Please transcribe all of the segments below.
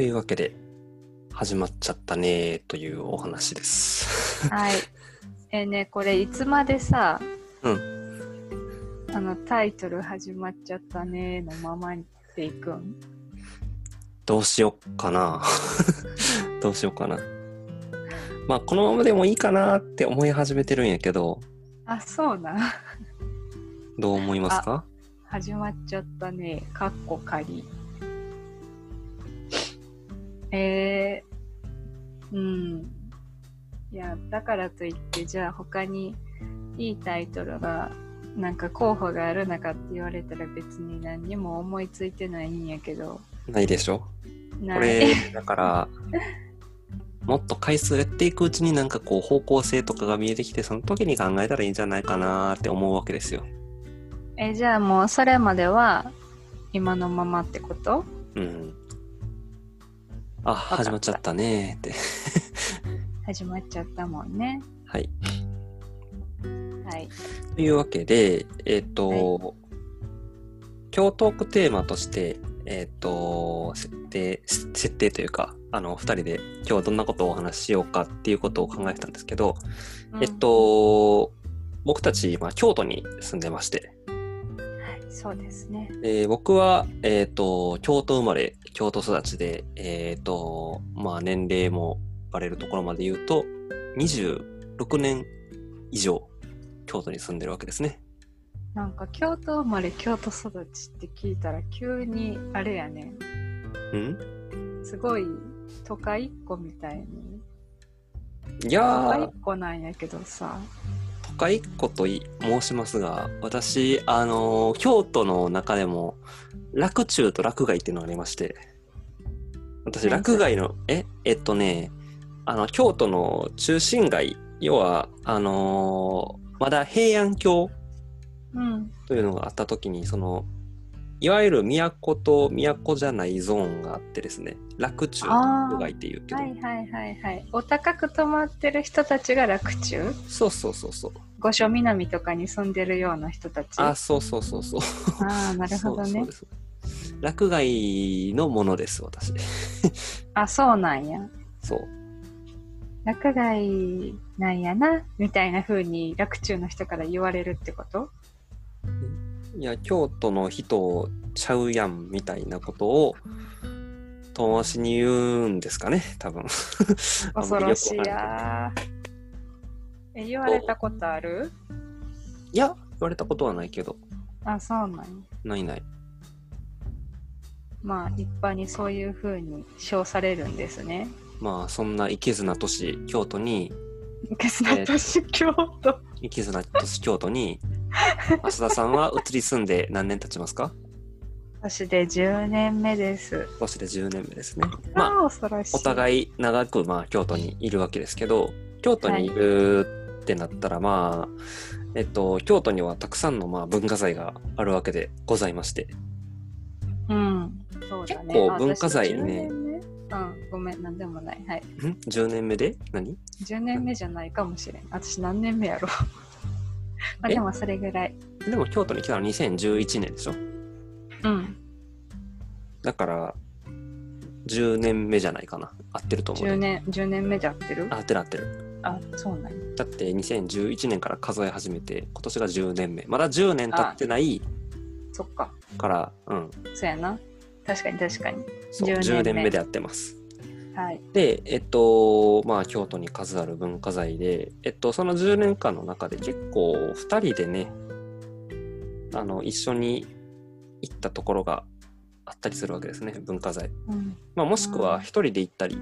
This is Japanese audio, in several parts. いうわけで、始まっちゃったねーというお話です。 はい。えーね、これいつまでさ、うあの、タイトル始まっちゃったねのままにっていくんどうしよっかな。 どうしようかな。まあ、このままでもいいかなって思い始めてるんやけど、あ、そうな。どう思いますか始まっちゃったね。かっこ仮。えー、うん。いや、だからといって、じゃあ他にいいタイトルが、なんか候補があるのかって言われたら別に何にも思いついてないんやけど。ないでしょなこいれ、だから、 もっと回数やっていくうちになんかこう方向性とかが見えてきて、その時に考えたらいいんじゃないかなーって思うわけですよ。えじゃあもうそれまでは今のままってことうん。あ、かった始まっちゃったねーって。始まっちゃったもんねはい。はいというわけで、えっ、と、今日トークテーマとして、えっ、と、設定、せ設定というか、あの、二人で今日どんなことをお話ししようかっていうことを考えてたんですけど、えっ、と、僕たち今、京都に住んでまして、うんはいそうですねえー僕は、えっ、と、京都生まれ、京都育ちで、えっ、と、まあ、年齢もバレるところまで言うと、26年以上、京都に住んでるわけですね。なんか京都生まれ京都育ちって聞いたら急にあれやねうんすごい都会一個みたいにい都や会ー一、個なんやけどさ都会っ子とい申しますが、私、あのー京都の中でも、洛中と洛外っていうのがありまして、私、何それ洛外の、え、えっとね、あの、京都の中心街、要は、あのーまだ平安京うんというのがあった時に、その、いわゆる都と都じゃないゾーンがあってですね、洛中と洛外っていうけどはいはいはいはいお高く泊まってる人たちが楽中そうそうそうそう。御所南とかに住んでるような人たちあ、そうそうそうそう。あーなるほどそうねそうです落外のものです、私。あそうなんやそう。落外なんやなみたいな風に洛中の人から言われるってこといや、京都の人ちゃうやんみたいなことを、友達に言うんですかね、多分。あんま 恐りろよくしいわからないやえ言われたことあるいや、言われたことはないけど、あそうなんやないない。まあ一般にそういう風に称されるんですねまあ、そんな生絆都市、京都に、ゲスナ都市京都生絆都市京都 に、浅田さんは移り住んで何年経ちますか私で10年目です今年で10年目ですね。まああ、あ恐ろしいお互い長く、まあ、京都にいるわけですけど京都にいるってなったら、まあえっと京都にはたくさんの、まあ、文化財があるわけでございましてうんそうだね結構あ文化財にね私10年目うんごめんなんでもないはいん10年目で何10年目じゃないかもしれん私何年目やろ まあえでもそれぐらいでも京都に来たの2011年でしょうんだから10年目じゃないかな合ってると思う10よ年10年目で合ってる合ってる合ってるあそうなんやだって2011年から数え始めて今年が10年目まだ10年経ってないそっかからうんそうやな確かに確かにそう10 10年目年目で合ってますはいで、えっと、まあ、京都に数ある文化財で、えっと、その10年間の中で結構2人でね、あの、一緒に行ったところがあったりするわけですね、文化財。うん、まあ、もしくうんは1人で行ったり、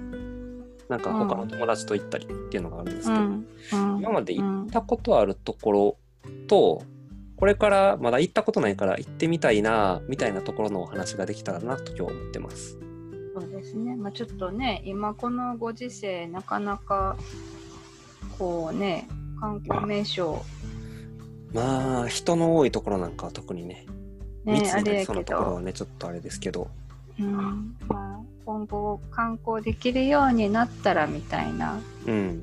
なんかうん他の友達と行ったりっていうのがあるんですうけど、んうん今まで行ったことあるところと、これからまだ行ったことないから行ってみたいな、みたいなところのお話ができたらなと今日思ってます。そうですね、まあ、ちょっとね今このご時世なかなかこうね観光名所まあ、人の多いところなんかは特にね、ね密あになれりやそうなけところど、はねちょっとあれですけどうんまあ、今後観光できるようになったらみたいなうん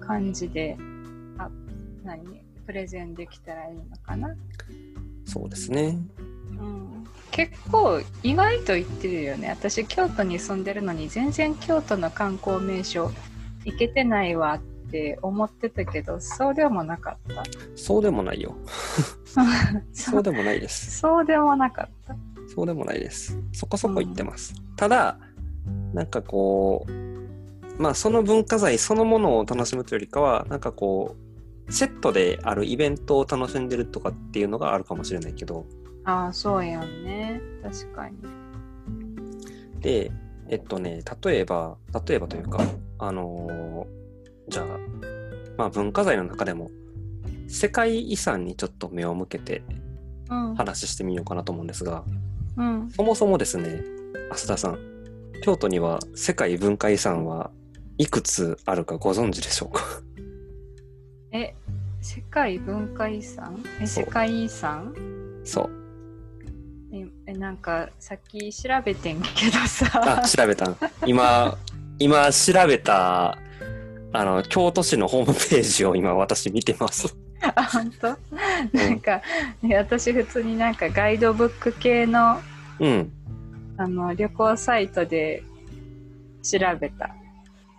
感じであ何プレゼンできたらいいのかなそうですねうん結構意外と言ってるよね私京都に住んでるのに全然京都の観光名所行けてないわって思ってたけどそうでもなかったそうでもないよ。そうでもないです。そうでもなかったそうでもないです。そこそこ行ってます。ただ、なんかこう、まあその文化財そのものを楽しむというよりかは、なんかこう、セットであるイベントを楽しんでるとかっていうのがあるかもしれないけど、ああそうやんね確かにで、えっとね、例えば、例えばというか、あのーじゃあ、まあ文化財の中でも、世界遺産にちょっと目を向けてうん話してみようかなと思うんですが、うんそもそもですね、浅田さん、京都には世界文化遺産はいくつあるかご存知でしょうか え世界文化遺産えそう世界遺産そう。ええなんかさっき調べてんけどあさ、調べたん。今、今調べた、あの、京都市のホームページを今私見てます。あ 本当なんか、ね私普通になんかガイドブック系のうん。あの旅行サイトで調べた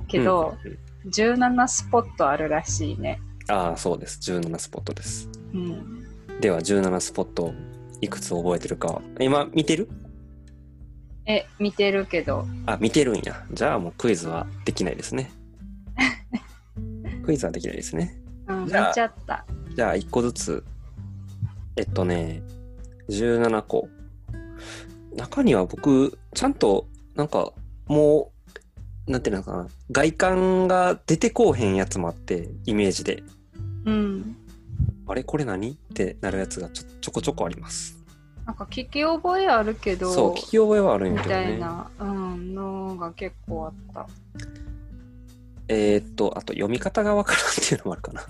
けど、うん、うん17スポットあるらしいね。ああ、そうです。17スポットです。うん、では、17スポット、いくつ覚えてるか。今、見てるえ見てるけどあ、見てるんや。じゃあもうクイズはできないですね。クイズはできないですね。うん、見じちゃあゃった。じゃあ、一個ずつ。えっとね、17個。中には僕、ちゃんと、なんか、もう、なんていうのかな、外観が出てこうへんやつもあって、イメージで。うん、あれこれ何ってなるやつがちょちょこちょこあります。なんか聞き覚えあるけどそう、聞き覚えはあるんみやけどたいね。な、うん、のが結構あった。えーっと、あと読み方がわからんっていうのもあるかな。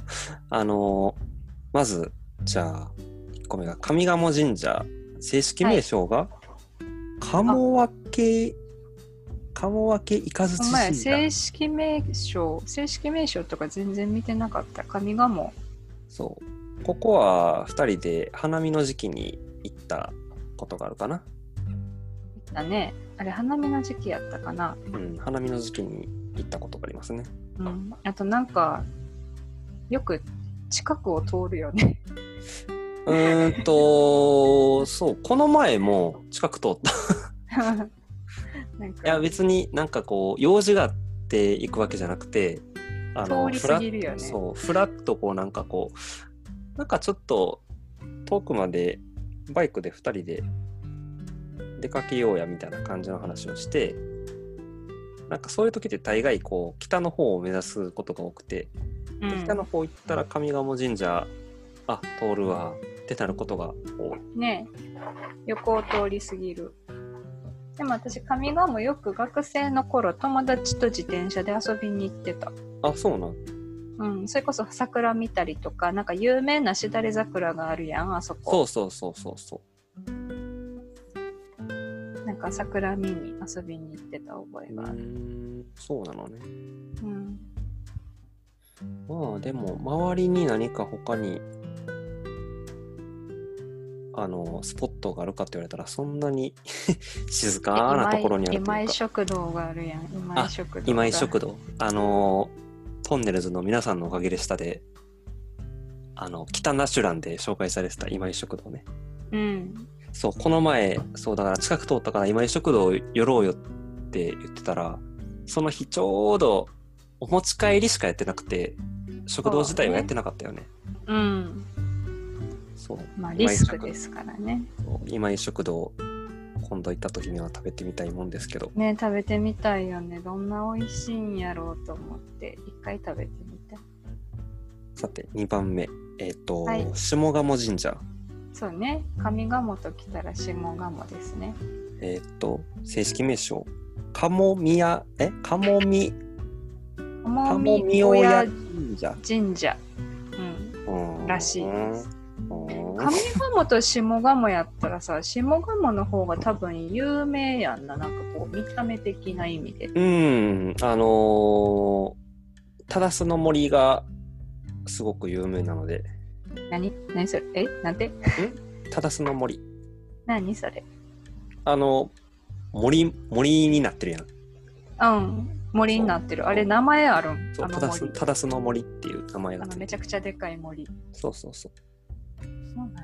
あのーまず、じゃあ、1個目が、上賀茂神社、正式名称が、鴨分け、鴨分けいかずおち前神社正。式名称正式名称とか全然見てなかった神がもそう。ここは2人で花見の時期に行ったことがあるかな。だねあれ花見の時期やったかな、うん、花見の時期に行ったことがありますね。うん、あとなんかよく近くを通るよねうーんと、そう、この前も近く通った。 ないんやか別になんかこう用事があって行くわけじゃなくてあ通り過ぎふるよらっねそうふらっとこうなんかこうなんかちょっと遠くまでバイクで2人で出かけようやみたいな感じの話をしてなんかそういう時って大概こう北の方を目指すことが多くて、うでん北の方行ったら上賀茂神社あ通るわってなることが多いね横を通り過ぎるでも私神がもよく学生の頃友達と自転車で遊びに行ってたあそうなんうん、それこそ桜見たりとかなんか有名なしだれ桜があるやんあそそこうそうそうそうそうなんか桜見に遊びに行ってた覚えうがある、ーんそうなのねうん、まあでも周りに何か他にあのスポットがあるかって言われたらそんなに 静かなところにあるというか今井食堂があるやん今井食堂が今井食堂あのトンネルズの皆さんのおかげでしたであの北ナシュランで紹介されてた今井食堂ねうんそうこの前そうだから近く通ったから今井食堂寄ろうよって言ってたらその日ちょうどお持ち帰りしかやってなくて食堂自体はやってなかったよねうんそうまあリスクですからね今井食堂今度行った時には食べてみたいもんですけどね食べてみたいよねどんな美味しいんやろうと思って一回食べてみたいさて2番目えっ、と、はい下鴨神社そうね上賀茂と来たら下賀茂ですねえっ、と正式名称鴨宮え鴨み鴨鴨見宮親親神社神社うんうんらしいですうん上鴨と下鴨やったらさ下鴨の方が多分有名やんななんかこう見た目的な意味でうんあのー、忠須の森がすごく有名なので何何それえなんて忠須の森何それあの、森、森になってるやん。うん森になってるあれ名前あるんそあう、のただす、森ただすの森っていう名前あがのついめちてゃくちゃでかい森そうそうそう。そうなんや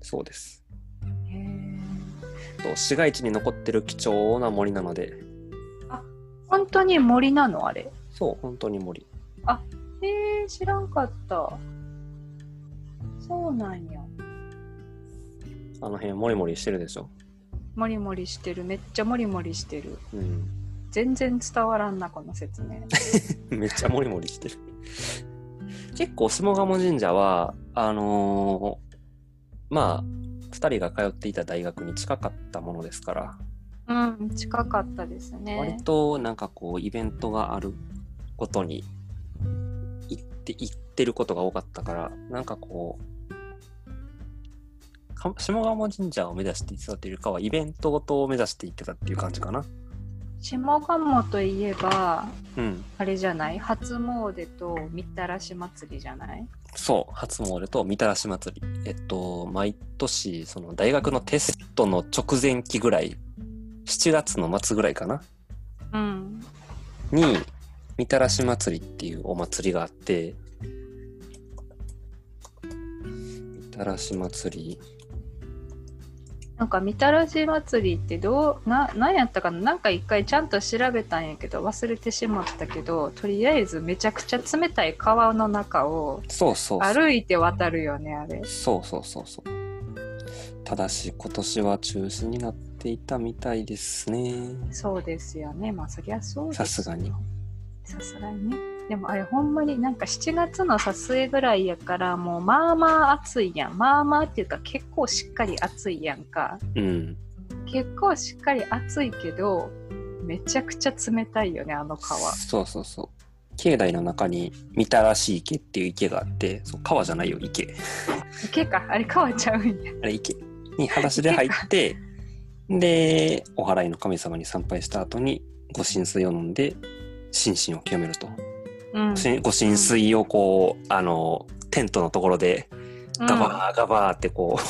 そうです。へえと市街地に残ってる貴重な森なので、本当に森なのあれそう、本当に森。へえ知らんかったそうなんやあの辺、モリモリしてるでしょ。モリモリしてるめっちゃモリモリしてるうん。全然伝わらんなこの説明めっちゃモリモリしてる。 結構、下鴨神社は、あのーまあ、二人が通っていた大学に近かったものですから、 うん近かったですね割となんかこうイベントがあることに行って行ってることが多かったからなんかこうか下鴨神社を目指していってたというよりかはイベントごとを目指していってたっていう感じかな下鴨といえばうんあれじゃない初詣とみたらし祭りじゃないそう初詣とみたらし祭りえっと毎年その大学のテストの直前期ぐらい7月の末ぐらいかなうんにみたらし祭りっていうお祭りがあってみたらし祭りなんかみたらし祭りってどうな何やったかななんか一回ちゃんと調べたんやけど忘れてしまったけどとりあえずめちゃくちゃ冷たい川の中をそうそうそう歩いて渡るよねあれそうそうそうそうただし今年は中止になっていたみたいですねそうですよねまあそりゃそうですよさすがにさすがにねでもあれほんまになんか7月の撮影ぐらいやからもうまあまあ暑いやんまあまあっていうか結構しっかり暑いやんかうん結構しっかり暑いけどめちゃくちゃ冷たいよねあの川そうそうそう境内の中にみたらし池っていう池があってそう川じゃないよ池池かあれ川ちゃうんやあれ池に裸足で入ってでお祓いの神様に参拝した後にご神水を飲んで心身を清めるとうんしご神水をこうあのテントのところでガバーガバーってこう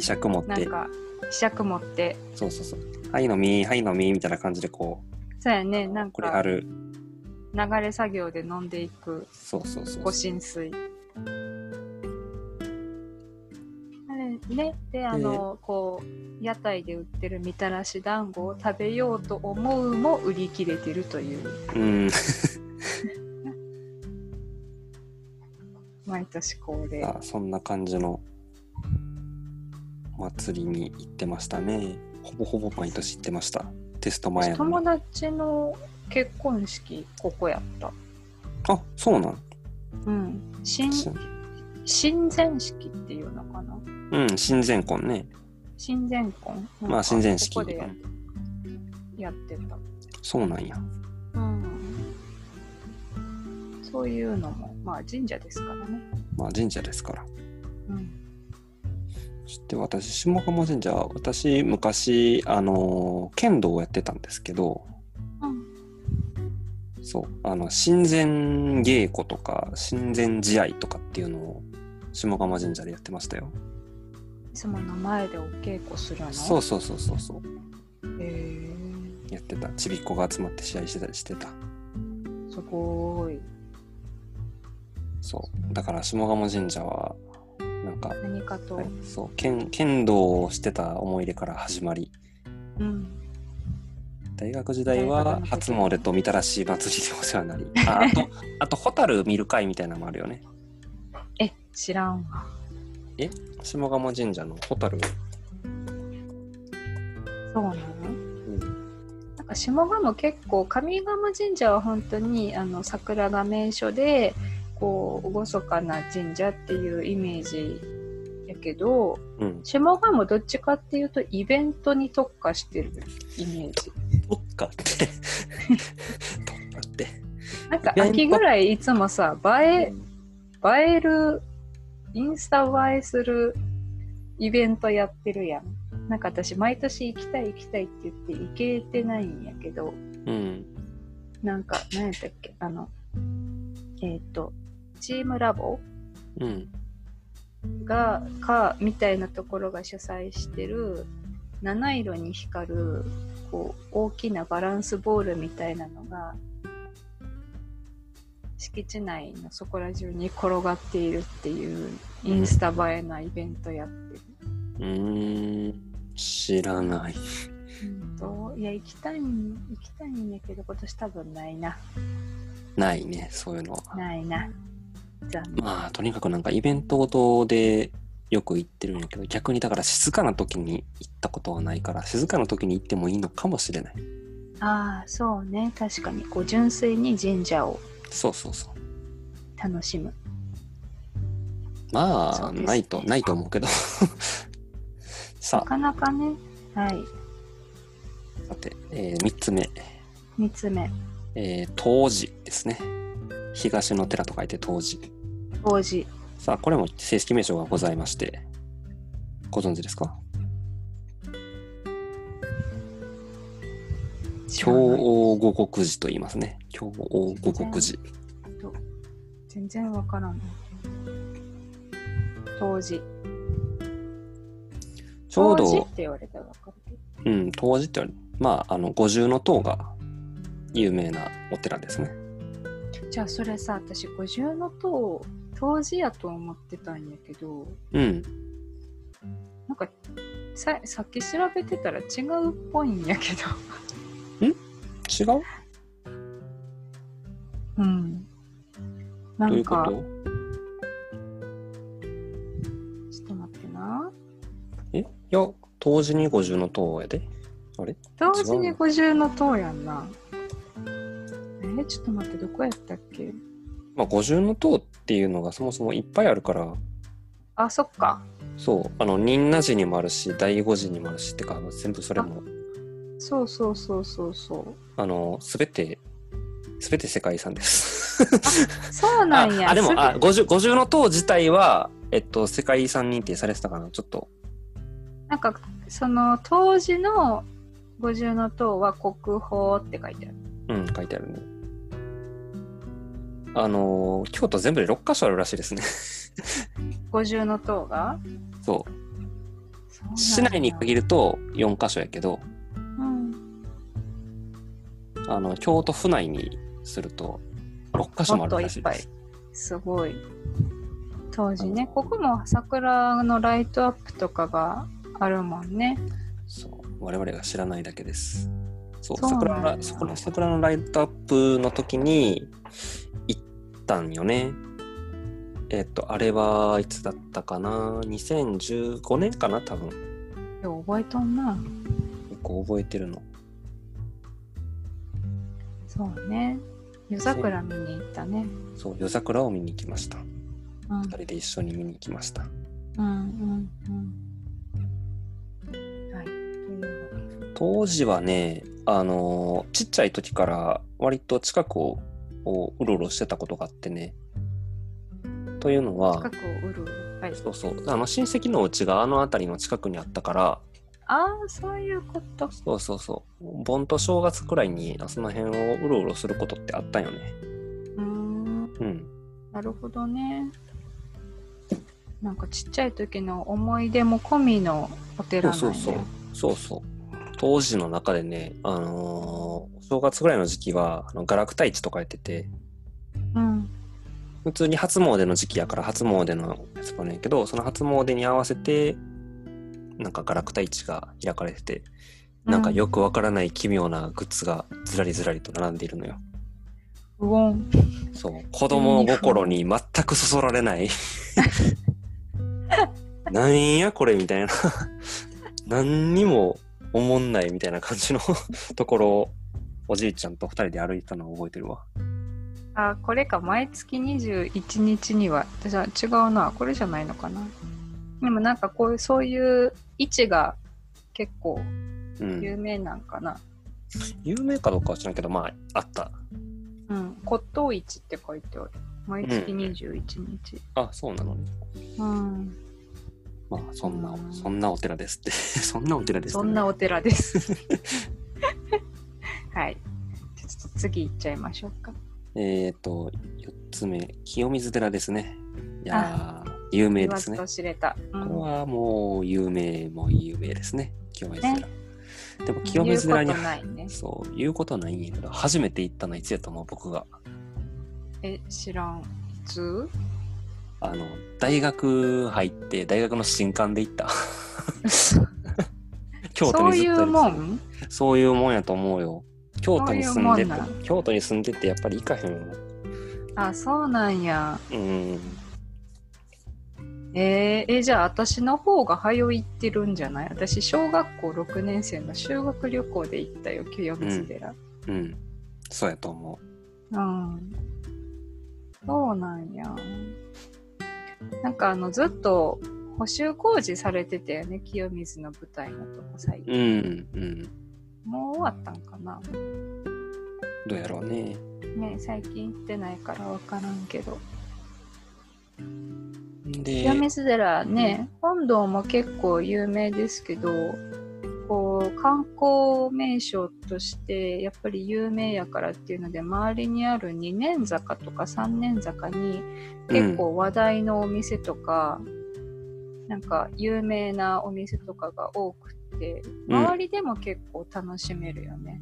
磁石持っうん、なんてか磁石持ってそうそうそう「はい飲みはい飲み」みたいな感じでこそうやねなんうこれあかる流れ作業で飲んでいくそうそうそうご浸水うんね、であの、こう屋台で売ってるみたらし団子を食べようと思うも売り切れてるといううん毎年恒例あそんな感じのお祭りに行ってましたねほぼほぼ毎年行ってましたテスト前の友に達の結婚式ここやったあそうなんうん新親善式っていうのかなうん親善婚ね親善婚まあ親善式ここでややってたそうなんやうんそういうのもまあ神社ですからねまあ神社ですからうんそして私下鴨神社は私昔あの剣道をやってたんですけどうんそうあの親善稽古とか親善試合とかっていうのを下鴨神社でやってましたよいつもの前でお稽古するのそううそうそうそうそうへえやってたちびっ子が集まって試合してたりしてたすごーいそうだから下鴨神社はなんか、何かと、はいそう剣剣道をしてた思い出から始まりうん大学時代大学はの時初詣とみたらしい祭りでお世話にな りああとあと蛍見る会みたいなのもあるよねえ知らんわ下鴨神社の蛍、そうなのなんか下鴨結構上鴨神社は本当にあの桜が名所でこう厳かな神社っていうイメージやけどうん、下鴨どっちかっていうとイベントに特化してるイメージ どっかってどっかってなんかイベント秋ぐらいいつもさ映え映えるインスタ映えするイベントやってるやんなんか私毎年行きたい行きたいって言って行けてないんやけどうんなんか何やったっけあのえっ、とチームラボうんがかみたいなところが主催してる七色に光るこう大きなバランスボールみたいなのが敷地内のそこら中に転がっているっていうインスタ映えなイベントやってる。うーん、知らない。うんと、いや行きたいん行きたいんやけど今年多分ないなないね、そういうのは。ないな残念まあ、とにかくなんかイベントごとでよく行ってるんやけど、逆にだから静かな時に行ったことはないから、静かな時に行ってもいいのかもしれない。ああそうね確かにこう純粋に神社をそうそうそう。楽しむまそあ、うですねないと、ないと思うけど。 なさあ、かなかねはいさて、え3つ目、 3つ目えー、東寺ですね。東の寺と書いて東寺。当時さあ、これも正式名称がございまして、ご存知ですか知京らない王五国寺と言いますね。京王五国寺。全然わからん当時ちょう当時っどて、言われたらわかるうん、当時って言われまあ、あの、五重の塔が有名なお寺ですね。じゃあそれさ私五重の塔当時やと思ってたんやけどうん。なんかささっき調べてたら違うっぽいんやけど。 違ううん。などういんうこか、とちょっと待ってな。えいや、当時に五重の塔やで。あれ同時違うにの五重の塔やんな。え、ちょっと待って、どこやったっけまあ、五重の塔っていうのがそもそもいっぱいあるから、あ、そっか。そう、あの、仁和寺にもあるし、第五寺にもあるしってか、全部それも、そうそうそうそうそう。あの、すべて、すべて世界遺産です。そうなんや。ああでもすぐあ 50, 50の塔自体は、えっと、世界遺産認定されてたかなちょっとなんか、その、当時の五重の塔は国宝って書いてある。うん書いてあるねあのー京都全部で6箇所あるらしいですね 五重の塔がそうそうなんや市内に限ると4箇所やけどうん。あの京都府内にすると6箇所もあるらしいもでっといっすすごい。当時ね、ここも桜のライトアップとかがあるもんね。そう我々が知らないだけですそうそうなん桜だのそこの桜のライトアップの時に行ったんよねえっとあれはいつだったかな2015年かな多分よう覚えとんな。結構覚えてるのそうね。夜桜見に行ったね。そう夜桜を見に行きましたうん、二人で一緒に見に行きましたうん、うん、うん。はい。というわ当時はねあのーちっちゃい時から割と近くををうろうろしてたことがあってねというのはけで近くをうるうる。はい。そうそうあの親戚のうちがあの辺りの近くにあったからああ、そういうこと。そうそうそう盆と正月くらいにあその辺をうろうろすることってあったんよねうーん。うんなるほどね。なんかちっちゃい時の思い出も込みのお寺なんやそうそうそうそう当時の中でねあのーお正月ぐらいの時期はあのガラクタ市とかやっててうん。普通に初詣の時期やから初詣のやつもねんけどその初詣に合わせてなんかガラクタ市が開かれててなんかよくわからない奇妙なグッズがずらりずらりと並んでいるのようん。うおん。そう子供心に全くそそられ ないなんやこれみたいな何にも思んないみたいな感じの ところをおじいちゃんと二人で歩いてたのを覚えてるわあこれか毎月21日にはじゃあ違うなこれじゃないのかなでもなんかこういうそういう位置が結構うん有名なんかな有名かどうかは知らんけどまああったうん、骨董市って書いてある毎月21日あそうなのねうん、まあそんな、うんそんなお寺ですって そんなお寺ですってそんなお寺です はいじゃあちょっと次行っちゃいましょうかえっ、と4つ目清水寺ですねいやー有名ですね言わ。ずと知れた。うこんこはもう有名も有名ですね。清水寺。ねでも清水寺に言うことないねそう言うことはないんやけど初めて行ったのいつやと思う僕がえ、知らん。いつあの大学入って大学の新刊で行った 京都そにうずっといるいうもんそういうもんやと思うよ京都に住んでてそういうもんなん京都に住んでてやっぱり行かへんよあ、そうなんや。うんえーえ、じゃあ私の方が早いってるんじゃない私、小学校6年生の修学旅行で行ったよ、清水寺。うんそうやと思ううん。そうなんや。なんかあの、ずっと補修工事されてたよね、清水の舞台のとこ最近。うんうんもう終わったんかなどうやろうねね、最近行ってないから分からんけど。で清水寺ね、本堂も結構有名ですけど、こう、観光名所としてやっぱり有名やからっていうので、周りにある二年坂とか三年坂に結構話題のお店とか、なんか有名なお店とかが多くて、うん周りでも結構楽しめるよね。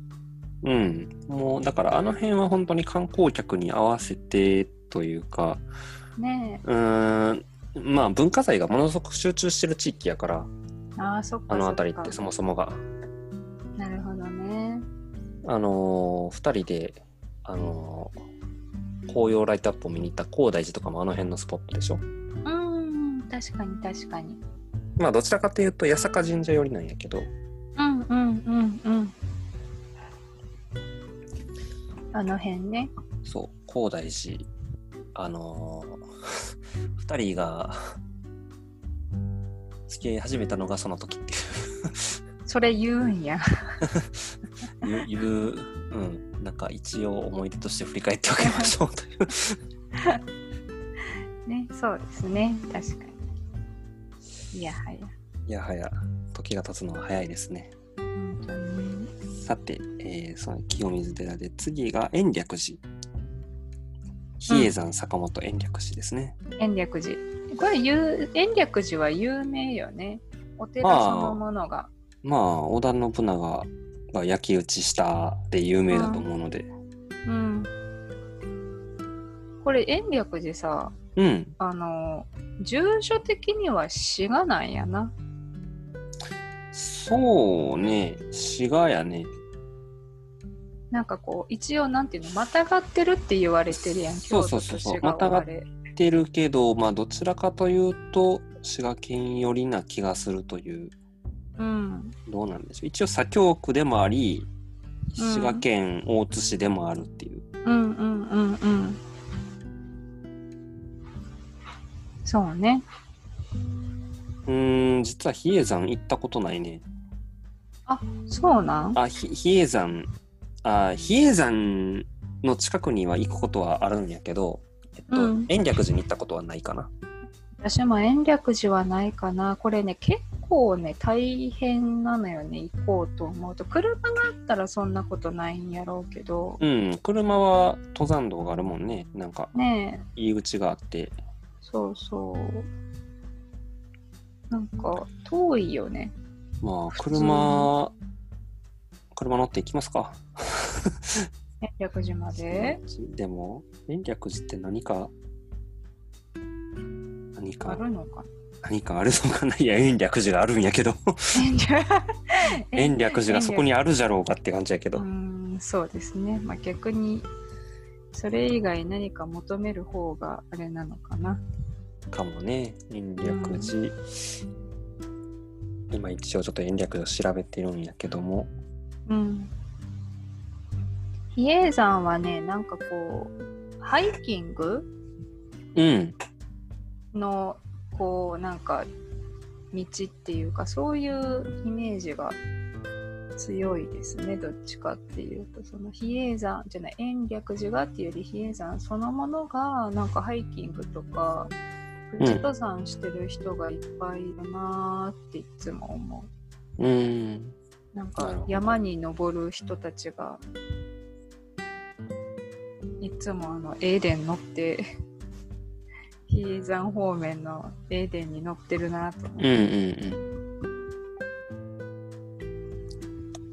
うん、もうだからあの辺は本当に観光客に合わせてというかねうーんまあ文化財がものすごく集中してる地域やからえ、ああ、そっかそっか。あの辺りってそもそもがなるほどね。あのー、2人で、あのー紅葉ライトアップを見に行った高大寺とかもあの辺のスポットでしょうーん、確かに確かに。まあどちらかというと八坂神社寄りなんやけどうんうんうんうん。あの辺ね。そう高大寺あのー、2人 が付き合い始めたのがその時っていうそれ言うんや。 いう、いううん、なんか一応思い出として振り返っておきましょうという。ね、そうですね。確かに。いやはや。いやはや、時が経つのは早いですね。本当に。さて、えーその清水寺で次が延暦寺。比叡山坂本延暦寺ですね。延暦寺。これ有、延暦寺は有名よね。お寺そのものが。まあ、織田信長が焼き討ちしたで有名だと思うので。うん。これ、延暦寺さ、うん。あの、住所的には滋賀なんやな。そうね、滋賀やね。なんかこう、一応なんていうの、またがってるって言われてるやん、そ京う都そとうそうそう滋賀はあれ。ってるけど、まあ、どちらかというと、滋賀県寄りな気がするといううん。どうなんでしょう一応左京区でもありうん滋賀県大津市でもあるっていう、うんうんうんうん。そうね。うーん実は比叡山行ったことないねそうなんあひ比叡山あ比叡山の近くには行くことはあるんやけど、えっとうん延暦寺に行ったことはないかな私も延暦寺はないかな。これね、結構ね、大変なのよね、行こうと思うと。車があったらそんなことないんやろうけど。うん車は登山道があるもんねなんかねえ、入り口があってそうそう。なんか、遠いよね。まあ普通に車車乗って行きますか延暦寺まで。でも延暦寺って何か何あかるのか何かあるのかないや 延暦寺があるんやけどな延暦寺がそこにあるじゃろうかって感じやけうど、ーんそうですね、まあ、逆にそれ以外何か求める方があれなのかなかもね延暦寺、今一応ちょっと延暦寺を調べてるんやけどもうん比叡山はねなんかこうハイキングうんのこうなんか道っていうかそういうイメージが強いですねどっちかっていうとその比叡山じゃない延暦寺がっていうより比叡山そのものがなんかハイキングとかうんプチ登山してる人がいっぱいいるなーっていつも思うんうななんるかほど山に登る人たちがいつもあのエーデン乗って 比叡山方面のエーデンに乗ってるなと思っうんて、うんうん。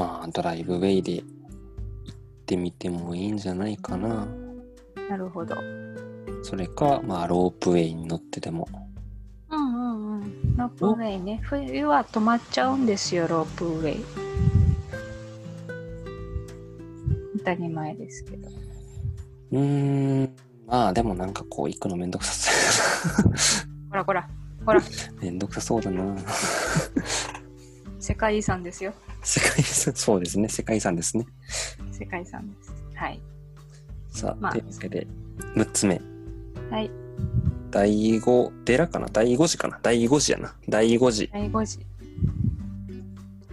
まあ、ドライブウェイで行ってみてもいいんじゃないかな。なるほどそれか、まあ、ロープウェイに乗ってでも。うんうんうんロープウェイね冬は止まっちゃうんですよロープウェイ当たり前ですけどうーん。まあ、でもなんかこう、行くのめんどくさそう。ほらほらめんどくさそうだ な。世界遺産ですよ世界遺産、そうですね。世界遺産ですね。世界遺産ですはいさあ、まあというわけで、6つ目。はい第五寺かな第五寺かな第五寺やな。第五寺。第5時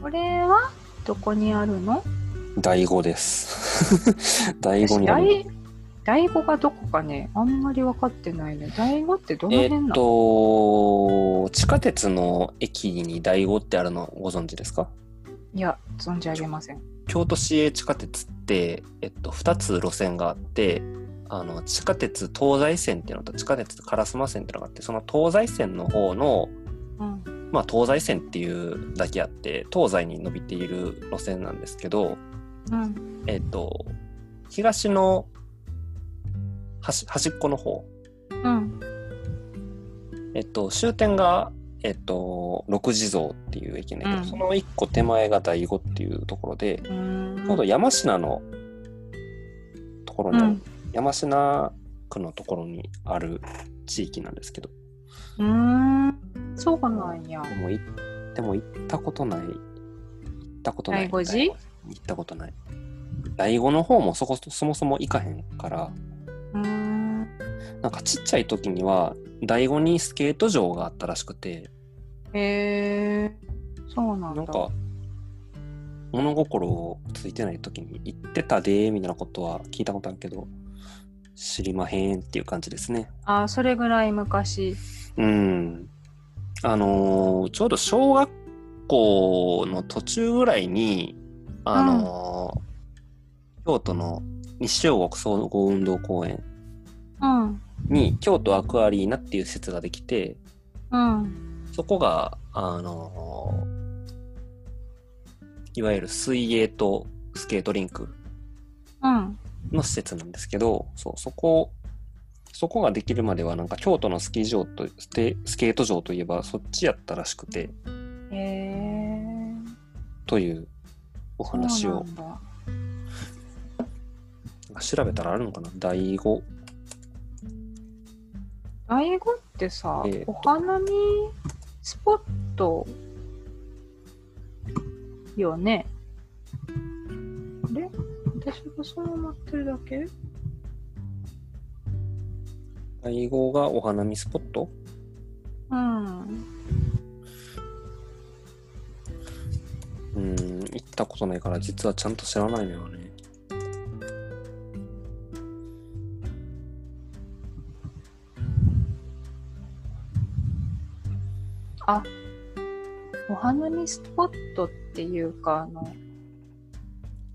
これはどこにあるの第五です。 第五にある。第第5がどこかねあんまり分かってないね第5ってどのえ辺なーっの、と、地下鉄の駅に第五ってあるのご存知ですかいや存じ上げません京都市営地下鉄って、えっと、2つ路線があって、あの地下鉄東西線っていうのと地下鉄烏丸線っていうのがあってその東西線の方の、うんまあ、東西線っていうだけあって東西に伸びている路線なんですけど、うんえっと、東の端端っこの方、うんえっと、終点が、えっと、六地蔵っていう駅ね、うんその一個手前が第五っていうところで、うーんちょうど山科のところにうある、ん山科区のところにある地域なんですけど、うーんそうなんやでもいでも行ったことない、行ったことない。醍醐寺行ったことない。第五の方もそこそもそも行かへんから、うーんなんかちっちゃい時には、第五にスケート場があったらしくて、へえそうなんなだんか、物心をついてない時に行ってたでーみたいなことは聞いたことあるけど、知りまへんっていう感じですね。あそれぐらい昔うん。あのーちょうど小学校の途中ぐらいに、あのー京都の西小国総合運動公園うんに京都アクアリーナっていう施設ができて、うんそこが、あのーいわゆる水泳とスケートリンクうんの施設なんですけど、そうそこ、そこができるまでは、なんか京都のスキー場と、ステスケート場といえばそっちやったらしくて、へえというお話をんだ調べたらあるのかな第五醍醐ってさ、えーとお花見スポットよねあれ私がそう思ってるだけ第五がお花見スポットうんうーん行ったことないから実はちゃんと知らないのよねお花見スポットっていうか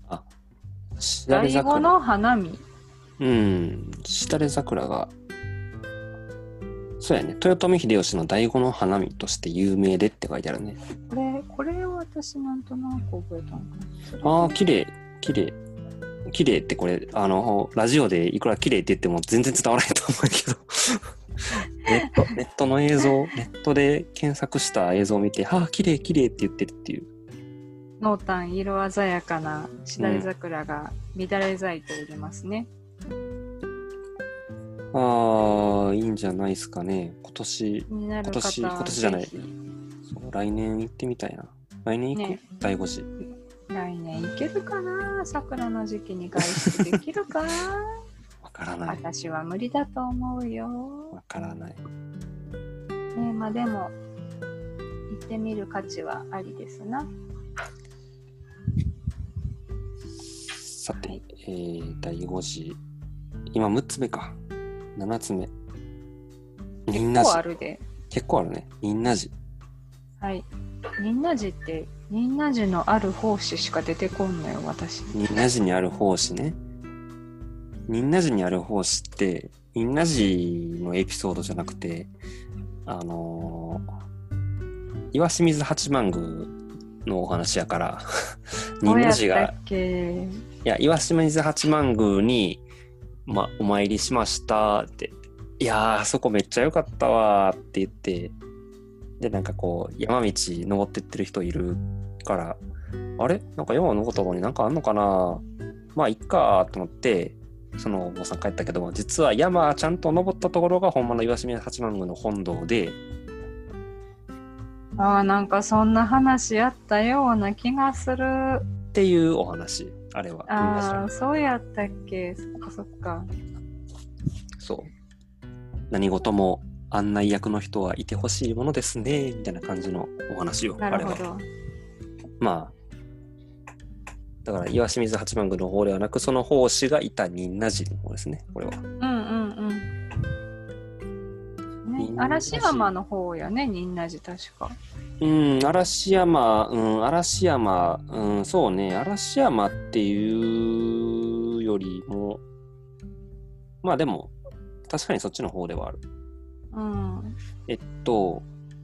あのしだれ醍醐桜の花見うんしだれ桜がそうやね豊臣秀吉の第五の花見として有名でって書いてあるねこれこれを私なんとなく覚えたのかなああ綺麗綺麗綺麗ってこれあのラジオでいくら綺麗って言っても全然伝わらないと思うけどネッ トネットの映像ネットで検索した映像を見て「ああ綺麗綺麗って言ってるっていう濃淡色鮮やかなしだれ桜が乱れ咲いておりますね、ああいいんじゃないですかね今年気になる方今年今年じゃないぜひそう来年行ってみたいな来年行く、ね第5次来年行けるかな桜の時期に外出でき るかわからない私は無理だと思うよ。わからないねまあでも行ってみる価値はありですな。さはてい、えー第5次今6つ目か7つ目みんなこうじあるで。結構あるねみんなじはい。仁和寺って仁和寺のある奉仕しか出てこんのよ私。仁和寺にある奉仕ね。仁和寺にある奉仕って、インラジのエピソードじゃなくて、あのー岩清水八幡宮のお話やから、イどンうやラっジたがっ、けいや、岩清水八幡宮に、ま、お参りしましたって、いやー、あそこめっちゃ良かったわーって言って、で、なんかこう、山道登ってってる人いるから、あれなんか山登ったのになんかあんのかなまあ、いっかーと思って、そのお坊さん帰ったけども、実は山ちゃんと登ったところが本物の岩清水八幡宮の本堂で、ああ、なんかそんな話あったような気がする。っていうお話、あれは。ああ、そうやったっけそっかそっか。そう。何事も案内役の人はいてほしいものですね、みたいな感じのお話を、なあるれほは。ど。まあ、だから岩清水八幡宮の方ではなく、その奉仕がいた仁和寺の方ですね、これは。うんうんうん。仁和ね、寺嵐山の方よね、仁和寺確か。うん、嵐山、うん、嵐山、うん、そうね、嵐山っていうよりも、まあでも、確かにそっちの方ではある。うん。えっと、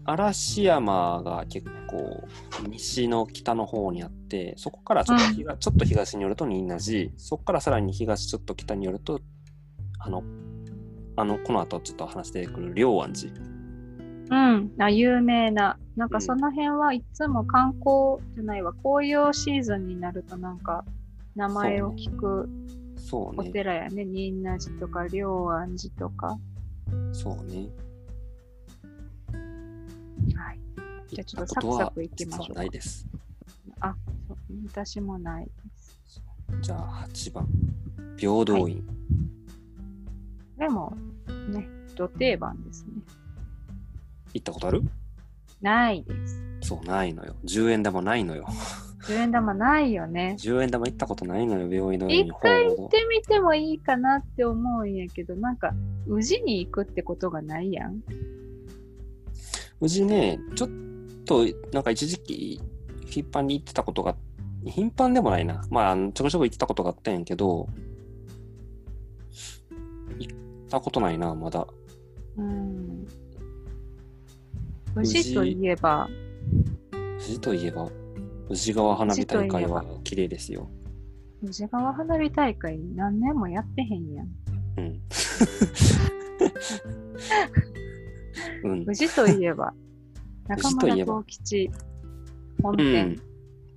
嵐山が結構西の北の方にあって、そこからちょっと東,、ちょっと東によると仁和寺、そこからさらに東ちょっと北によると、あの、あの、この後ちょっと話出てくる龍安寺。うん、あ有名な。なんうかんその辺はいつも観光じゃないわ、紅葉シーズンになるとなんか名前を聞くそうおね。寺やね、仁和寺とか龍安寺とか。そうね。はい、じゃあちょっと行たこはサクサク行きましょうか実はないです。あそう、私もないです。じゃあ8番、平等院。でも、ね、土定番ですね。行ったことあるないです。そう、ないのよ。10円玉ないのよ。十円玉ないよね。 10円玉行ったことないのよ、病院の上一に放回浪行ってみてもいいかなって思うんやけど、なんか、宇治に行くってことがないやん。うちね、ちょっと、なんか一時期、頻繁に行ってたことが、頻繁でもないな。まああの、ちょこちょこ行ってたことがあったんやけど、行ったことないな、まだ。うん。宇宇治治といえば、富士といえば、宇治川花火大宇治とい会えばは綺麗ですよ。宇治川花火大会何年もやってへんやん。 うん。うん。宇治とい えば、中宇治といえ村ば幸吉本う店ん。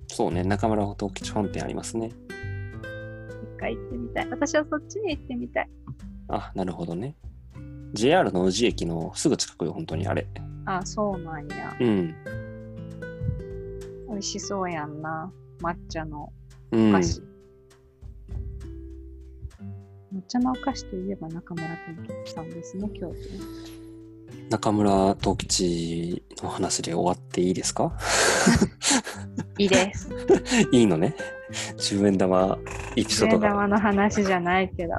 そうね、中村東吉本店ありますね。一回行ってみたい。私はそっちに行ってみたい。あ、なるほどね。JR の宇治駅のすぐ近くよ、本当にあれ。あ、そうなんや。うん。美味しそうやんな。抹茶のうおん菓。子。抹茶のお菓子といえば中村天吉さんですね、京都に。中村藤吉の話で終わっていいですか いいです。 いいのね。10円玉エピソ十ード円が。玉の話じゃないけど。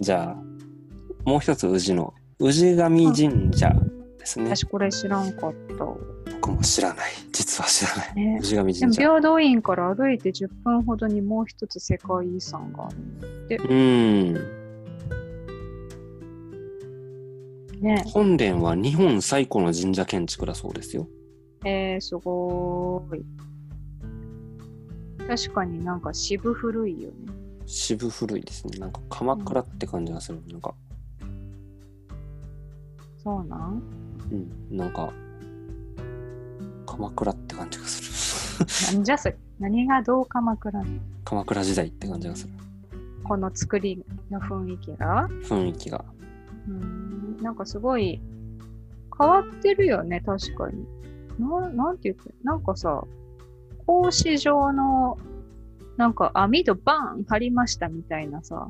じゃあ、もう一つ宇治の、宇治神神社ですね。私これ知らんかった。僕も知らない。実は知らない。ね宇、治神でも神社。平等院から歩いて10分ほどにもう一つ世界遺産がある。うん。ね本殿は日本最古の神社建築だそうですよ。えー、すごーい。確かになんか渋古いよね。渋古いですね。なんか鎌倉って感じがする。なんか、そうなんうん。なんか、鎌倉って感じがする。 なんじゃそれ。何がどう鎌倉の鎌倉時代って感じがする。この作りの雰囲気が雰囲気が。うーんなんかすごい変わってるよね、確かに。ななんて言って、なんかさ、格子状の、なんか網戸バーン張りましたみたいなさ、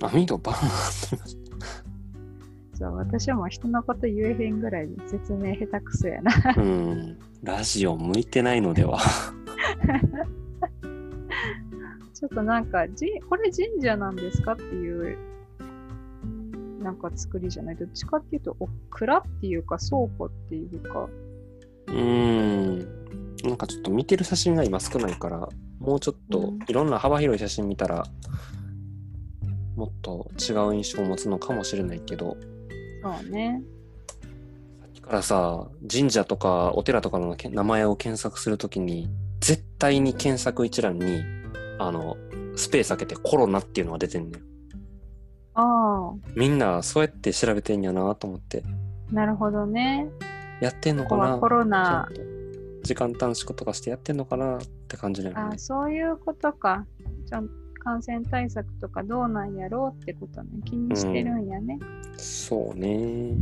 網戸バーンってそう私はもう人のこと言えへんぐらい説明下手くそやな。 うん、ラジオ向いてないのではちょっとなんか、じこれ神社なんですかっていう、なんか作りじゃない。どっちかっていうと、お蔵っていうか倉庫っていうか、うんなんかちょっと見てる写真が今少ないからもうちょっうとんいろんな幅広い写真見たらもっと違う印象を持つのかもしれないけどそうね。さっきからさ神社とかお寺とかのけ名前を検索するときに絶対に検索一覧にあのスペース開けてコロナっていうのが出てんねんあみんなそうやって調べてんやなと思ってあ、なるほどね。やってんのここかなはコロナ。ちゃんと時間短縮とかしてやってんのかなって感じだよあねあ、そういうことか。ちゃん感染対策とかどうなんやろうってことね。気にしてるんやね。そうね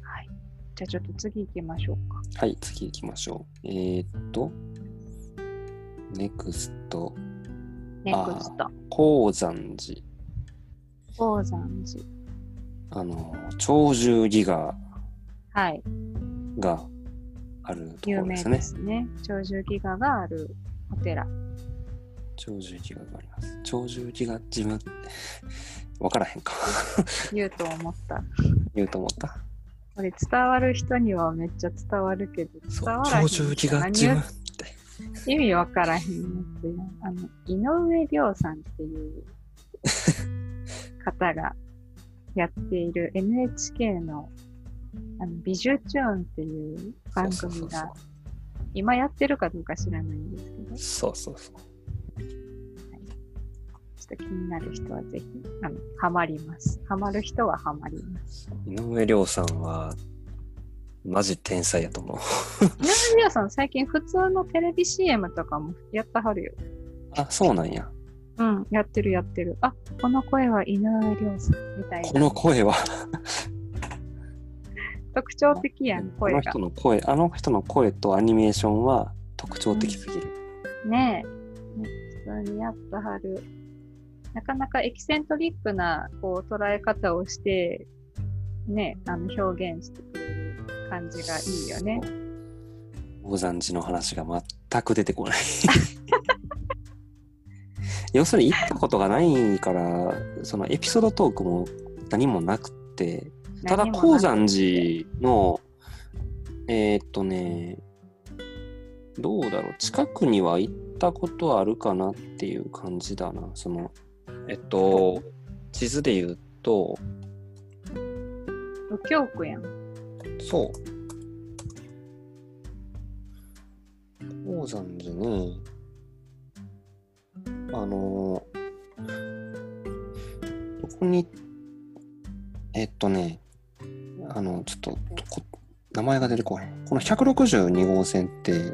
はい。じゃあちょっと次行きましょうか。はい、次行きましょう。えー、っと、ネクスト、ネあークスト。鉱山寺、宝山寺。あの、長寿ギガはい。があるとこ有ろで名すねで。すね。長寿ギガがあるお寺。長寿ギガがあります。長寿ギガ自分、 わからへんか。言うと思った。言うと思った。これ伝わる人にはめっちゃ伝わるけど、そう伝わらへん長寿ギガ自分って。意味わからへんやつやあの井上涼さんっていう方がやっている NHK の「あのビジュチューン」っていう番そうそ組うそうが今やってるかどうか知らないんですけどちょそうそうそう。っと気になる人はぜひあのハマりますハマる人はハマります井上涼さんは、マジ天才やと思う。井上涼さん最近普通のテレビ CM とかもやったはるよあ、そうなんや。うんやってるやってるあこの声は井上涼さんみたいなこの声は、特徴的 やんこ声のが人の声、あの人の声とアニメーションは特徴的すぎる。ねえ、ね普通にやったはる。なかなかエキセントリックなこう捉え方をして、ねえ、あの表現してくれる感じがいいよね。そう。大山寺の話が全く出てこない。 要するに行ったことがないから、そのエピソードトークも何もなくて、ただ何もな高く山寺の、えーっとね、どうだろう、近くには行ったことあるかなっていう感じだな。その、えっと、地図で言うと、右京区やん。そう。高山寺ね、あのー、ここに、えっとね、あの、ちょっと、こ名前が出てこへん。この162号線って、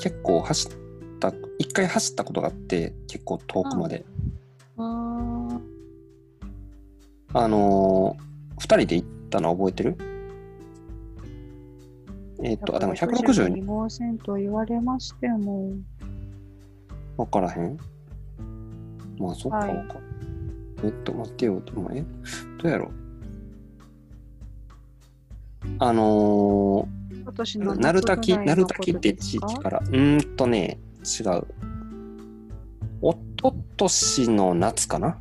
結構走った、一回走ったことがあって、結構遠くまで。うん。あのー、2人で行ったの覚えてるえっと、あ、でも162。号線と言われましても、わからへんまあ、そっか、はいわかえっと、待ってよ。でもえ、どうやろうあの今年のー、鳴滝、鳴滝滝って地域から。うーんとね、違う。おととしの夏かな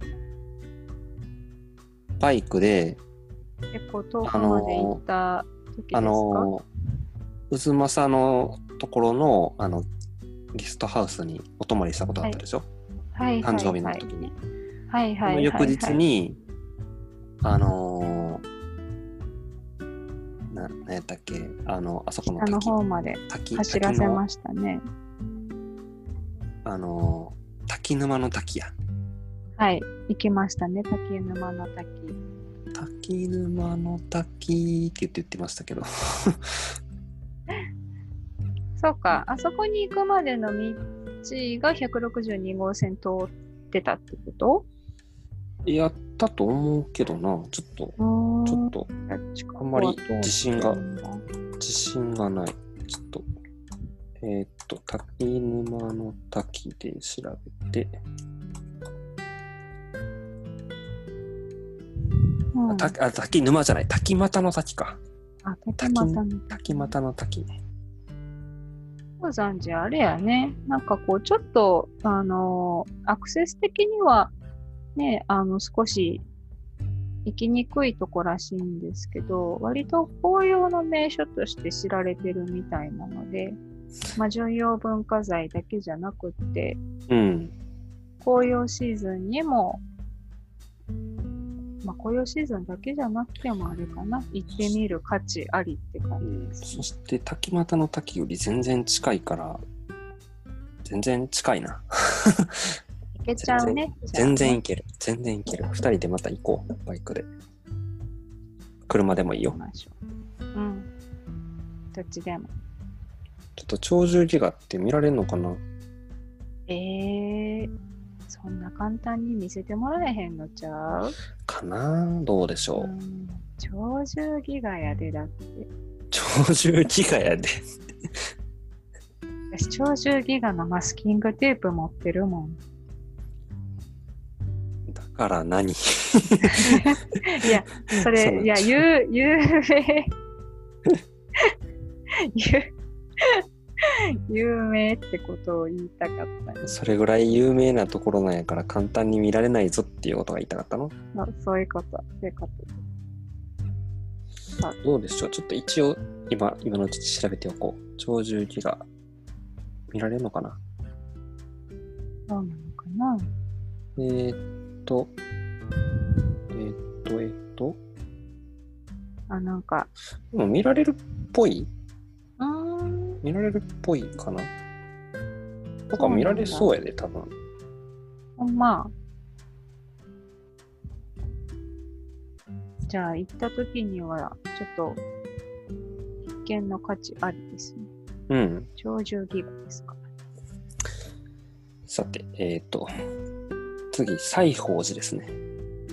バイクで、結構遠くまで行った時ですか、あのー、渦政のところの、あの、ゲストハウスにお泊まりしたことあったでしょ、はいはいはい、誕生日の時に。はいはいはい、はい。その翌日に、あのー、ななんやったっけあのあそこのあの滝方まで滝走らせ滝のましたね。あのー滝沼の滝やはい、行きましたね、滝沼の滝。滝沼の滝って言って言ってましたけど そうか、あそこに行くまでの道が162号線通ってたってことやったと思うけどなちょっとうーんちょっとあんまり自信が自信がないちょっとえーっと滝沼の滝で調べてうんあたあ滝沼じゃない滝股の滝かあ、滝股の滝股の滝高山寺あれやね、なんかこう、ちょっと、あのーアクセス的には、ね、あの、少し、行きにくいとこらしいんですけど、割と紅葉の名所として知られてるみたいなので、まあ、重要文化財だけじゃなくって、うん紅葉シーズンにも、まあ、紅葉シーズンだけじゃなくてもあれかな行ってみる価値ありって感じですそね。して滝俣の滝より全然近いから全然近いな行けちゃうね。全然行行ける全然行ける2人でまた行こうバイクで車でもいいよきましょう。うん。どっちでも。ちょっと鳥獣戯画って見られるのかなえー、そんな簡単に見せてもらえへんのちゃうかなどうでしょう、うん鳥獣戯画やでだって。鳥獣戯画やで私、鳥獣戯画のマスキングテープ持って るもん。だから何いや、そそうなれ、んいや、ですゆう、ゆうべゆ 有名ってことを言いたかったんですそれぐらい有名なところなんやから簡単に見られないぞっていうことが言いたかったのそうそういうこと、そういうこと。どうでしょうちょっと一応今今のうち調べておこう鳥獣戯画見られるのかなどうなのかなえー、っとえー、っとえー、っとあ、なんか、でも見られるっぽいうーん、見られるっぽいかなとか見られそうやで多分ほんま。じゃあ、行った時には、ちょっと、必見の価値ありですね。うん鳥獣戯画ですか。さて、えっ、と、次、西宝寺ですね。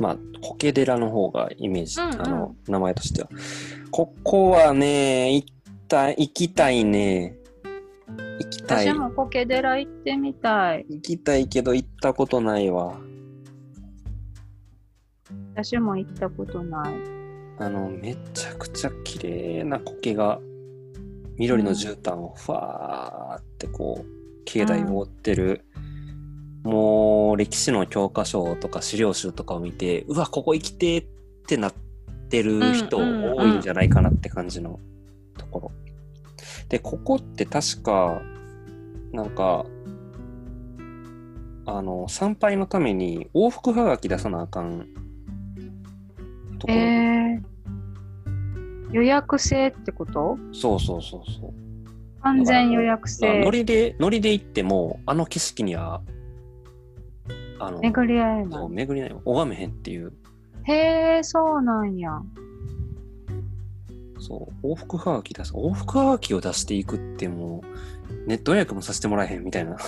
まあ、苔寺の方がイメージ、うんうんあの、名前としては。ここはね、行った、行きたいね。行きたい。私行も苔寺行ってみたい。きたいけど行ったことないわ。私も行ったことない。あの、めちゃくちゃ綺麗な苔が、緑の絨毯をふわーってこう、境内を覆ってる、もう歴史の教科書とか資料集とかを見て、うわ、ここ生きてーってなってる人うん多いんじゃないかなって感じのところ。で、ここって確か、なんか、あの、参拝のために往復はがき出さなあかんところでえー、予約制ってことそうそうそうそう。完全予約まあ制ノ。リで、ノリで行っても、あの景色には、あの、巡り合えそなう巡りない、拝めへんっていう、い。へえ、そうなんや。そう、往復はがき出す。往復はがきを出していくってもう、ネット予約もさせてもらえへんみたいな。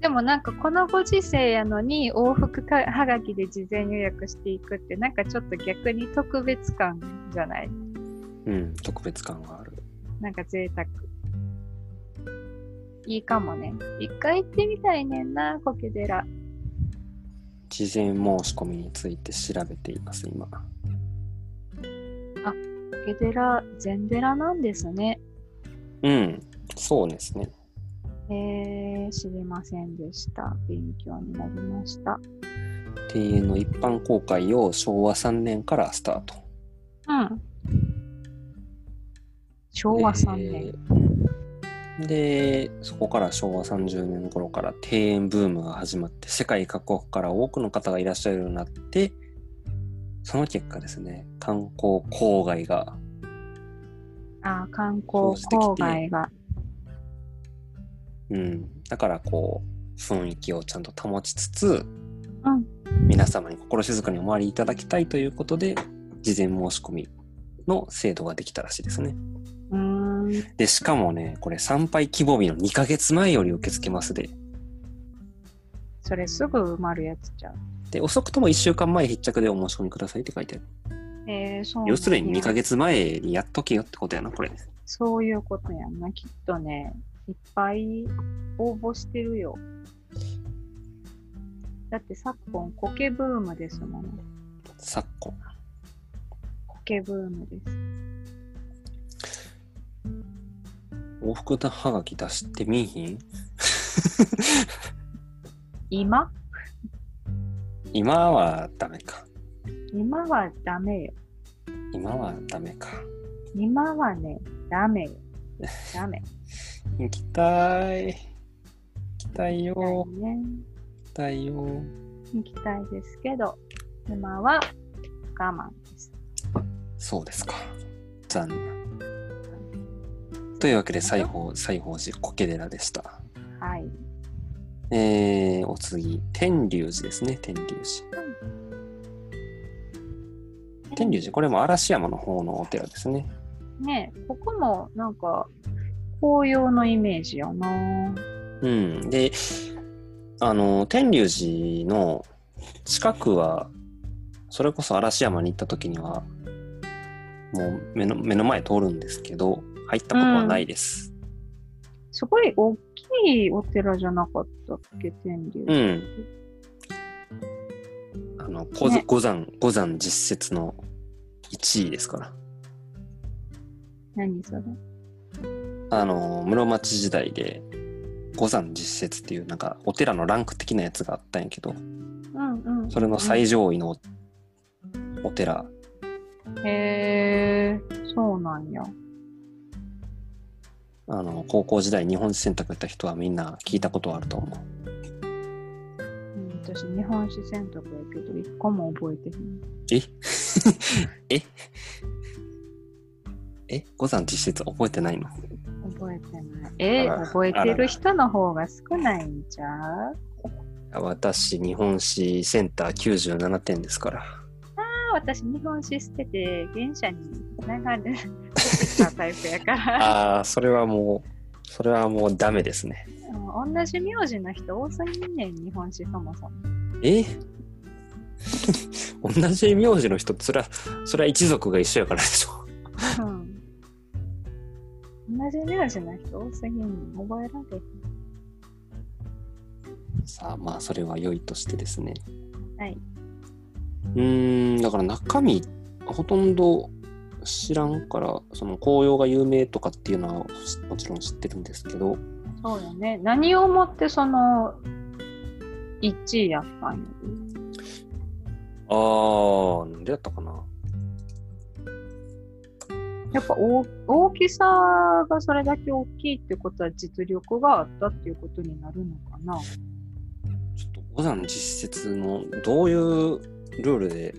でもなんかこのご時世やのに往復かはがきで事前予約していくってなんかちょっと逆に特別感じゃないうん、特別感がある。なんか贅沢。いいかもね。一回行ってみたいねんな、苔寺。事前申し込みについて調べています、今。苔寺、禅寺なんですね。うん、そうですね。えー、知りませんでした。勉強になりました。庭園の一般公開を昭和3年からスタート。うん。昭和3年。でそこから昭和30年頃から庭園ブームが始まって世界各国から多くの方がいらっしゃるようになってその結果ですね観光郊外があー観光そうしてきて郊外が。うんだからこう雰囲気をちゃんと保ちつつうん。皆様に心静かにお回りいただきたいということで事前申し込みの制度ができたらしいですねうーん。でしかもねこれ参拝希望日の2ヶ月前より受け付けますでそれすぐ埋まるやつじゃん。で遅くとも1週間前必着でお申し込みくださいって書いてあるえー、そうなんや要するに2ヶ月前にやっとけよってことやな、これ。そういうことやんな。きっとね、いっぱい応募してるよ。だって昨今、苔ブームですもん。昨今。苔ブームです。往復だはがき出してみいひん 今今はダメか。今はダメよ。今はダメか。今はね、ダメよ。 ダメ。行きたい。行きたいよ。ね、たいよ。行きたいですけど、今は我慢です。そうですか。残念。というわけで、西方、西方寺、苔寺でした。はい。えー、お次、天龍寺ですね、天龍寺。天龍寺、これも嵐山の方のお寺ですね。ねえここもなんか紅葉のイメージやな。うん。で、あの、天龍寺の近くは、それこそ嵐山に行った時には、もう目の目の前通るんですけど、入ったことはないです。すごい大きいお寺じゃなかったっけ、天竜。うん。あの、こね五山、五山実説の1位ですから。何それあの室町時代で五山実説っていうなんかお寺のランク的なやつがあったんやけどうんうん。それの最上位のお寺へえ、そうなんや。あの高校時代日本史選択やった人はみんな聞いたことあると思ううん、私、日本史選択やけど、一個も覚えてへん。え ええ五山実説覚えてないの覚えてない。えあら覚えてる人の方が少ないんちゃう私日本史センター97点ですからあ私、日本史捨てて、原社に流れてきたタイプや から。ああそれはもうそれはもうダメですねうん同じ名字の人多すぎんねん、日本史そもそも。え 同じ名字の人それはそれは一族が一緒やからでしょうん。同じ名字の人多すぎんねん、覚えられへんさあまあそれは良いとしてですねはいうーんだから中身ほとんど知らんからその紅葉が有名とかっていうのはしもちろん知ってるんですけどそうよね。何をもってその1位やったんやあーなんでやったかなやっぱ大大きさがそれだけ大きいってことは実力があったっていうことになるのかな。ちょっと五山実説のどういうルールで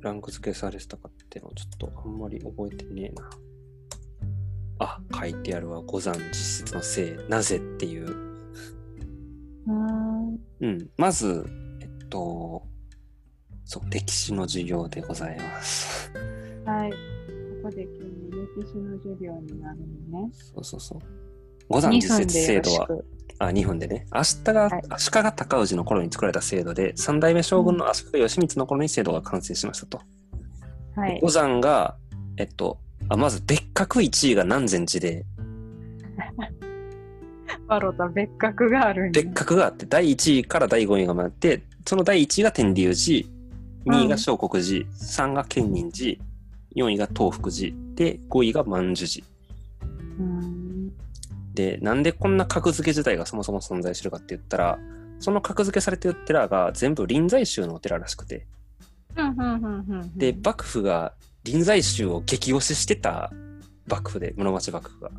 ランク付けされてたかっていうのをちょっとあんまり覚えてねえな。あ、書いてあるわ。五山実説のせい、なぜっていう。うーん。うん。まず、えっと、そう、歴史の授業でございます。 はい。ここで急に歴史の授業になるのね。そうそうそう。五山実説制度は、く。あ、日本でね。足利が、はい足利尊氏の頃に作られた制度で、三代目将軍の足利義満の頃に制度が完成しましたと。はい五。山が、えっと、あまず別格1位が南禅寺で、バロタ別格があるんや別格があって、第1位から第5位が回って、その第1位が天龍寺、2位が小国寺、3が建仁寺、4位が東福寺、で、5位が万寿寺。うーん。で、なんでこんな格付け自体がそもそも存在してるかって言ったら、その格付けされてる寺が全部臨済宗のお寺らしくて、ふんふんふんふんふんで、幕府が臨済宗を激推ししてた幕府で、室町幕府が。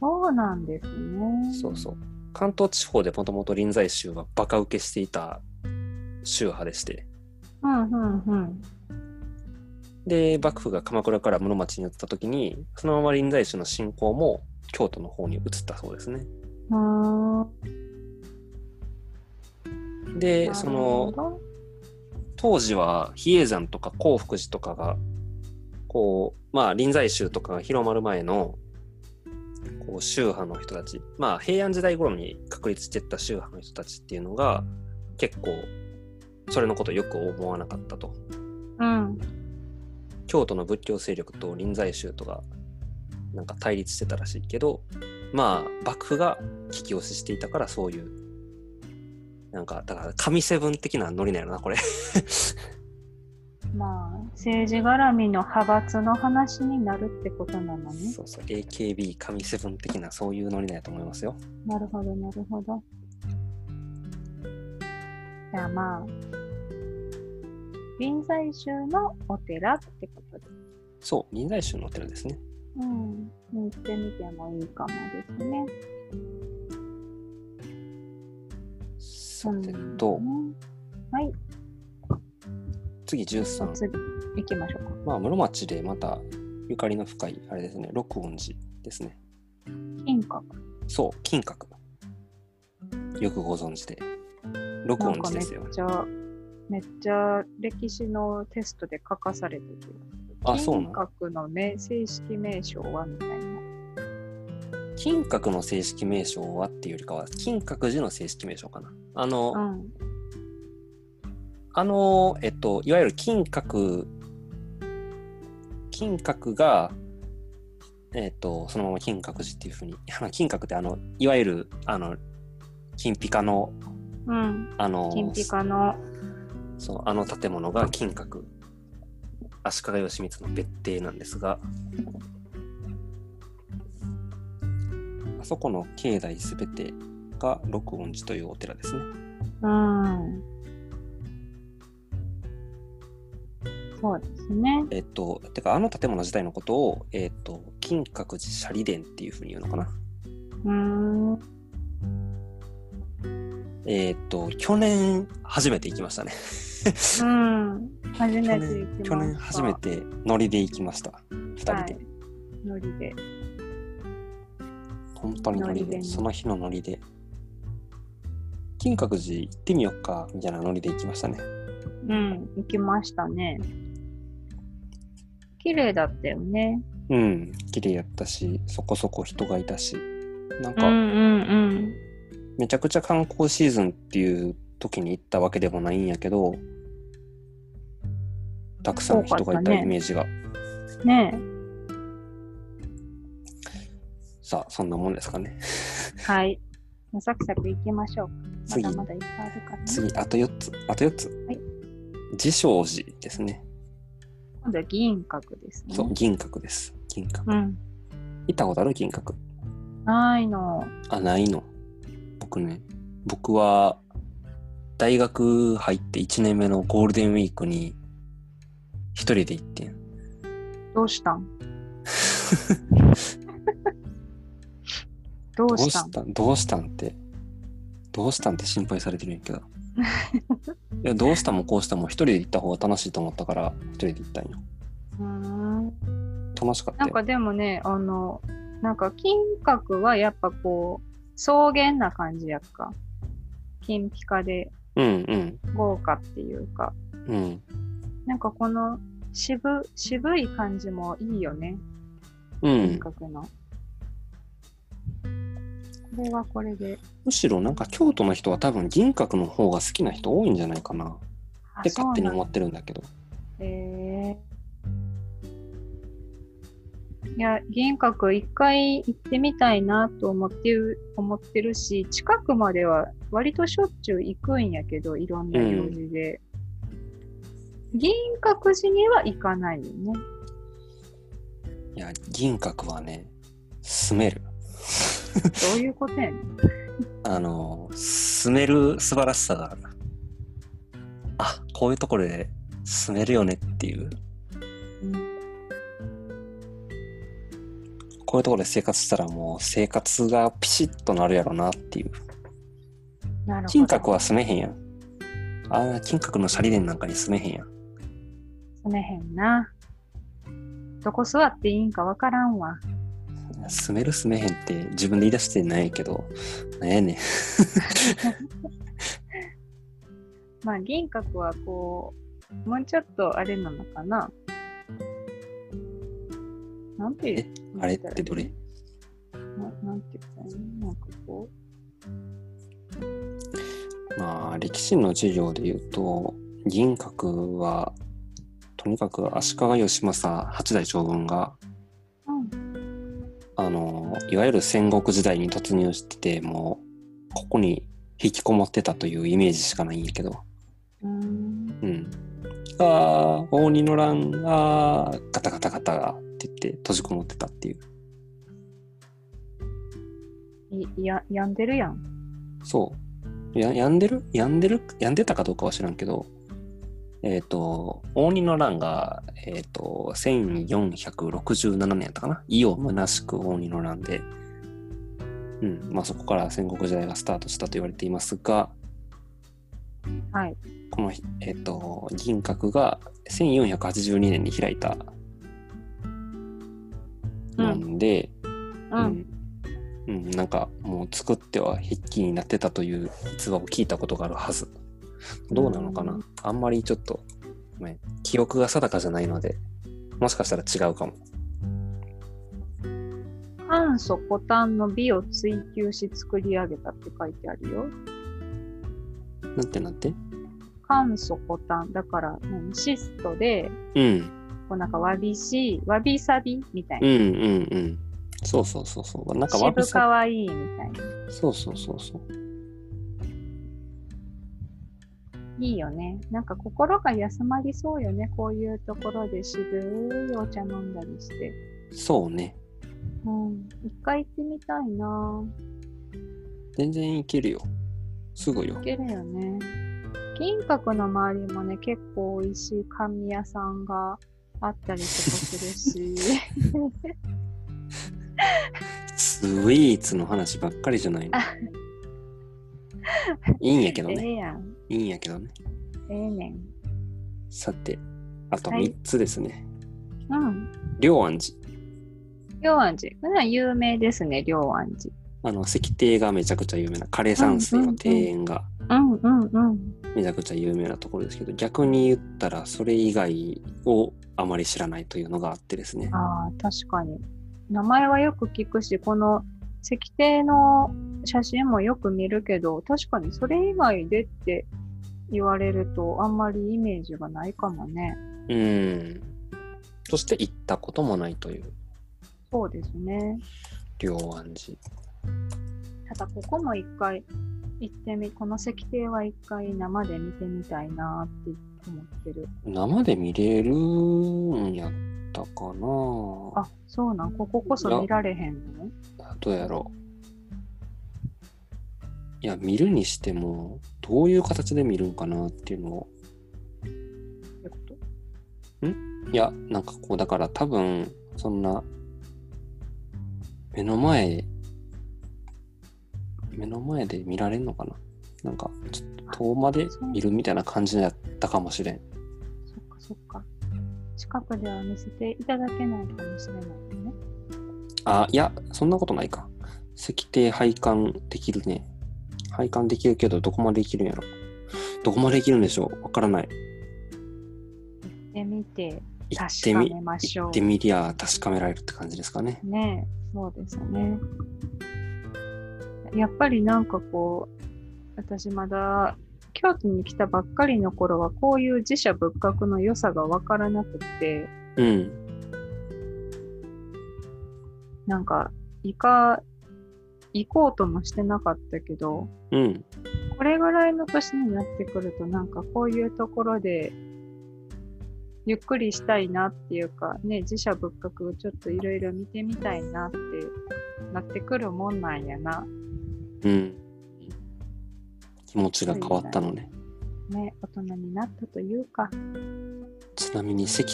そうなんですね。そうそう。関東地方でもともと臨済宗はバカ受けしていた宗派でして。うんうんうん。で、幕府が鎌倉から室町に移った時に、そのまま臨済宗の信仰も京都の方に移ったそうですね。うーん。で、なそるほの、ど当時は比叡山とか興福寺とかが、こう、まあ臨済宗とかが広まる前の、こう宗派の人たち、まあ平安時代頃に確立していった宗派の人たちっていうのが、結構、それのことをよく思わなかったと。うん。京都の仏教勢力と臨済宗とがなんか対立してたらしいけどまあ幕府が聞き押ししていたからそういうなんかだから神セブン的なノリなんやろなこれまあ、政治絡みの派閥の話になるってことなのね。そうそう AKB 神セブン的なそういうノリなんやと思いますよなるほど、なるほど。じゃあまあ、臨済宗のお寺ってことで。そう臨済宗のお寺ですねうん。行ってみてもいいかもですね。さてと、うんはい、次13。次行きましょうか。まあ、室町でまたゆかりの深い、あれですね、六音寺ですね。金閣。そう、金閣。よくご存知で。六な音んか寺めでっすよ。ちゃ、めっちゃ歴史のテストで書かされてて、あ、そうな金の閣の名正式名称はみたいな。金閣の正式名称はっていうよりかは、金閣寺の正式名称かな。あの、うん。あの、えっと、いわゆる金閣、金閣が、えっと、そのまま金閣寺っていうふうに、あの金閣ってあの、いわゆる、あの、金ピカの、うん。あの、金ピカの、そう、あの建物が金閣、足利義満の別邸なんですが、あそこの境内すべてが六音寺というお寺ですね。うん。そうですね。えっと、てか、あの建物自体のことを、えっと、金閣寺シャリ殿っていうふうに言うのかな。うーん。えっと、去年初めて行きましたね。うん。初去めて行きまし年、た。去年初めて乗りで行きました。二人で。はい。ノリで。本当にノリノリでで、ねその日のノリで。金閣寺行ってみようか、みたいなノリで行きましたね。うん。行きましたね。綺麗だったよね。うん、綺麗やったし、そこそこ人がいたし、なんうんうか、んめちゃくちゃ観光シーズンっていう時に行ったわけでもないんやけど、たくさんの人がい多かったたねイメージが。うん。ねさあ、そんなもんですかね。え。はい。もうサクサク行きましょう。ま次だまだいっぱいあるから、ね。次、あと4つ。あと4つ。はい自称寺ですね。今度は議員閣ですね。そう、銀閣です。銀閣。うん。行ったことある銀閣。ないの。あ、ないの。僕ね、僕は、大学入って1年目のゴールデンウィークに、一人で行ってん。どうした んどどううしたしんたんどうしたんって、どうしたんって心配されてるんや けど。いや、どうしたもこうしたも一人で行った方が楽しいと思ったから、一人で行ったんよ。うーん楽しかったなんよ。かでもね、あの、なんか金閣はやっぱこう、草原な感じやっか。金ピカでうんうん。豪華っていうか。うん。なんかこの渋、渋い感じもいいよね。う金ん。閣の。これはこれで。むしろなんか京都の人は多分銀閣の方が好きな人多いんじゃないかなって勝手に思ってるんだけど。ええいや、銀閣一回行ってみたいなと思ってる、思ってるし、近くまでは割としょっちゅう行くんやけど、いろんな行事で。銀閣寺には行かないよね。いや、銀閣はね、住める。どういうことやねん。あの、住める素晴らしさがある。あ、こういうところで住めるよねっていう。うんこういうところで生活したらもう生活がピシッとなるやろなっていう。なるほど。金閣は住めへんやん。ああ、金閣のシャリ殿なんかに住めへんやん。住めへんな。どこ座っていいんかわからんわ。住める住めへんって自分で言い出してないけど、なんやねん。まあ、銀閣はこう、もうちょっとあれなのかな。なんて言うあれってどれななんて言ったらいいのなんかこまあ歴史の授業で言うと銀閣はとにかく足利義政八代将軍がう、うん、あのいわゆる戦国時代に突入しててもうここに引きこもってたというイメージしかないんやけど、うーん、うん、ああ応仁の乱がガタガタガタがって言って閉じこもってたっていういいや、病んでるやん。そう。や病んでる病んでる病んでたかどうかは知らんけど、えっ、と、応仁の乱が、えっ、と、1467年やったかな。意を虚しく応仁の乱で、うん、まあそこから戦国時代がスタートしたと言われていますが、はい。このひ、えっと、銀閣が1482年に開いたうんなんで、う。うんんうんなんかもう作っては筆記になってたという逸話を聞いたことがあるはずどうなのかな、うんあんまりちょっとごめん記憶が定かじゃないのでもしかしたら違うかも簡素古短の美を追求し作り上げたって書いてあるよ。なんてなんて簡素古短。だから、何シストで、うんこうなんかわびしい、わびさびみたいうんうな。んうんそうそうそうそうなんかわび渋さかわいいみたいな。そうそうそうそういいよね。なんか心が休まりそうよね。こういうところで渋いお茶飲んだりして。そうねうん。一回行ってみたいな全然いけるよすぐよいけるよね。金閣の周りもね、結構美味しい甘味屋さんがあったりとかする し。スイーツの話ばっかりじゃないのいいんやけどえ ねえやん。いいんやけどねええねん。さて、あとはい3つですね。うん。龍安寺。龍安寺。これは有名ですね、龍安あの、石庭がめちゃくちゃ有名な、枯山水の庭園が寺。うんうんうん。めちゃくちゃ有名なところですけど、逆に言ったらそれ以外をあまり知らないというのがあってですね。ああ、確かに。名前はよく聞くし、この石庭の写真もよく見るけど、確かにそれ以外でって言われると、あんまりイメージがないかもね。うん。そして行ったこともないというそうですね。龍安寺。ただ、ここも一回行ってみ、この石庭は一回生で見てみたいなって思ってる。生で見れるんやったかなあ、そうなん、こここそ見られへんのどうやろう。いや、見るにしても、どういう形で見るんかなっていうのをってこといや、なんかこう、だから多分、そんな、目の前、目の前で見られんのかななんか、ちょっと遠間で見るみたいな感じだったかもしれん。そっかそっか。近くでは見せていただけないかもしれないね。あ、いや、そんなことないか。石庭配管できるね。配管できるけど、どこまでできるんやろ。どこまでできるんでしょうわからない。行ってみて。行っ確てかみ、めまし行ょってみりゃ確かめられるって感じですかね。う。ねえそうですね。やっぱりなんかこう、私まだ京都に来たばっかりの頃は、こういう寺社仏閣の良さが分からなくって、うん。なんか、いか、行こうともしてなかったけど、うん。これぐらいの年になってくると、なんかこういうところで、ゆっくりしたいなっていうか、ね、自社仏閣をちょっといろいろ見てみたいなってなってくるもんなんやな。うん。気持ちが変わったのね。ね、大人になったというか。ちなみに石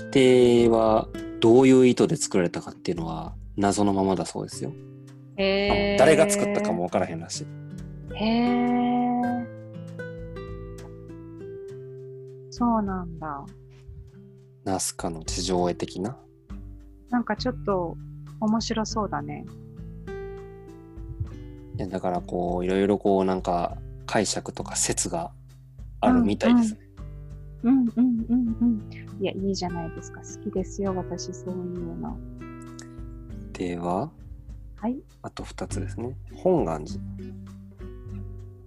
庭はどういう意図で作られたかっていうのは謎のままだそうですよ。へー誰が作ったかも。わからへんらしい。へえ。そうなんだ。ナスカの地上絵的な。なんかちょっと面白そうだね。いやだからこういろいろこうなんか解釈とか説があるみたいですね。うんうんうんうん。いや、いいじゃないですか。好きですよ、私、そういうの。でははい。あと2つですね。本願寺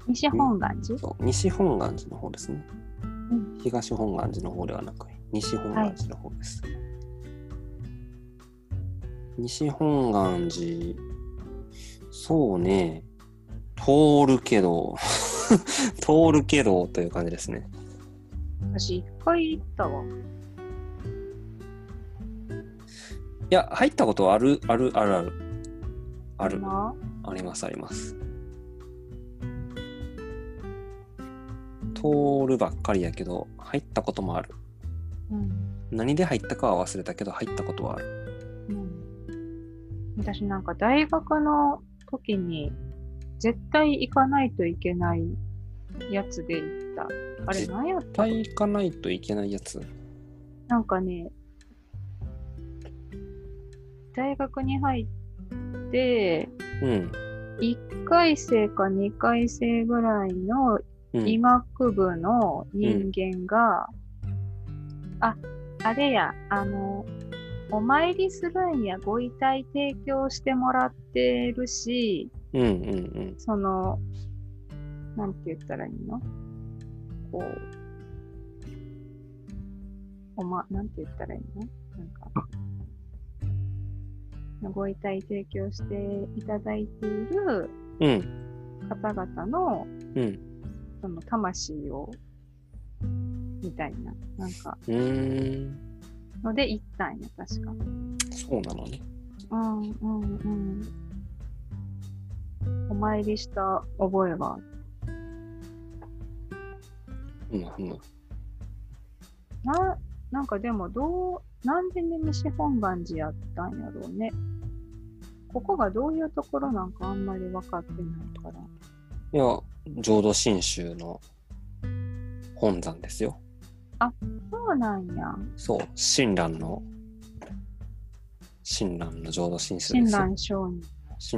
西本願寺、と西本願寺の方ですね。うん東本願寺の方ではなく西本願寺の方です。西本願寺そうね通るけど 通るけどという感じですね。私一回行ったわ。いや入ったことはあるあるあるあるあるなありますあります。通るばっかりやけど入ったこともある。うん。何で入ったかは忘れたけど入ったことはある。うん。私なんか大学の時に絶対行かないといけないやつで行った。あれ、絶何やっいったぱい行かないといけないやつ。なんかね、大学に入って、うん。 1回生か2回生ぐらいのうん、医学部の人間が、あ、あれや、あの、お参りするんや、ご遺体提供してもらってるし、うんうんその、なんて言ったらいいのこう、おま、なんて言ったらいいのなんか、ご遺体提供していただいているうん。うん方々の、うん。その魂を、みたいな、なんか、うーん。ので行ったんや、確か。そうなのね。うん、うん、うん。お参りした覚えがあるうんうん。な、なんかでもどう、なんでね西本願寺やったんやろうね。ここがどういうところなんかあんまり分かってないから。いや、浄土真宗の本山ですよ。そうなんや。そう、親鸞の、親鸞の浄土真宗で親すよ。鸞聖人。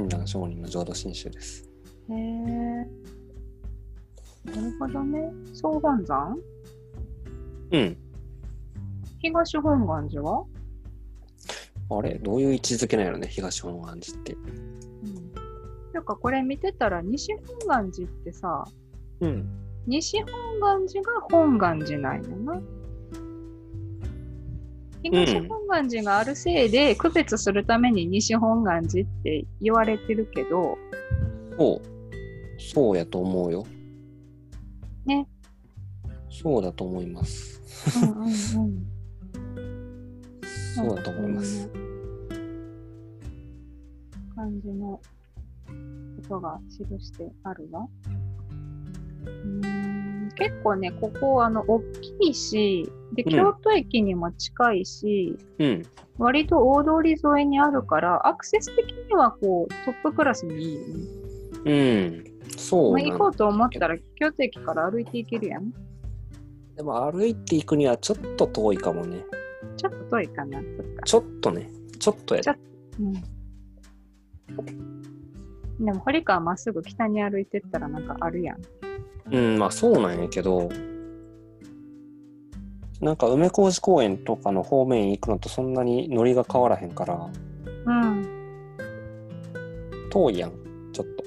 親鸞上人の浄土真宗です。へえ。なるほどね。総本山うん。東本願寺は、あれ、どういう位置づけなんやろね、東本願寺って。うん、なんかこれ見てたら西本願寺ってさ、うん。西本願寺が本願寺なんやな。東本願寺があるせいで、区別するために西本願寺って言われてるけど、そう。そうやと思うよ。ね。そうだと思います。うんうんうん、そうだと思います。。感じのことが記してあるわ。うーん結構ね、ここ、あの、大きいし、で、うん京都駅にも近いし、うん。割と大通り沿いにあるから、アクセス的にはこうトップクラスにいいよね。うん。そうまあ、な行のこうと思ったら、京都駅から歩いて行けるやん。でも歩いていくにはちょっと遠いかもね。ちょっと遠いかな、そっか。ちょっとね。ちょっとやちょでっ。うん。でも、堀川まっすぐ北に歩いてったらなんかあるやん。うん、まあそうなんやけど、なんか梅小路公園とかの方面行くのとそんなにノリが変わらへんから、うん。遠いやん。ちょっと。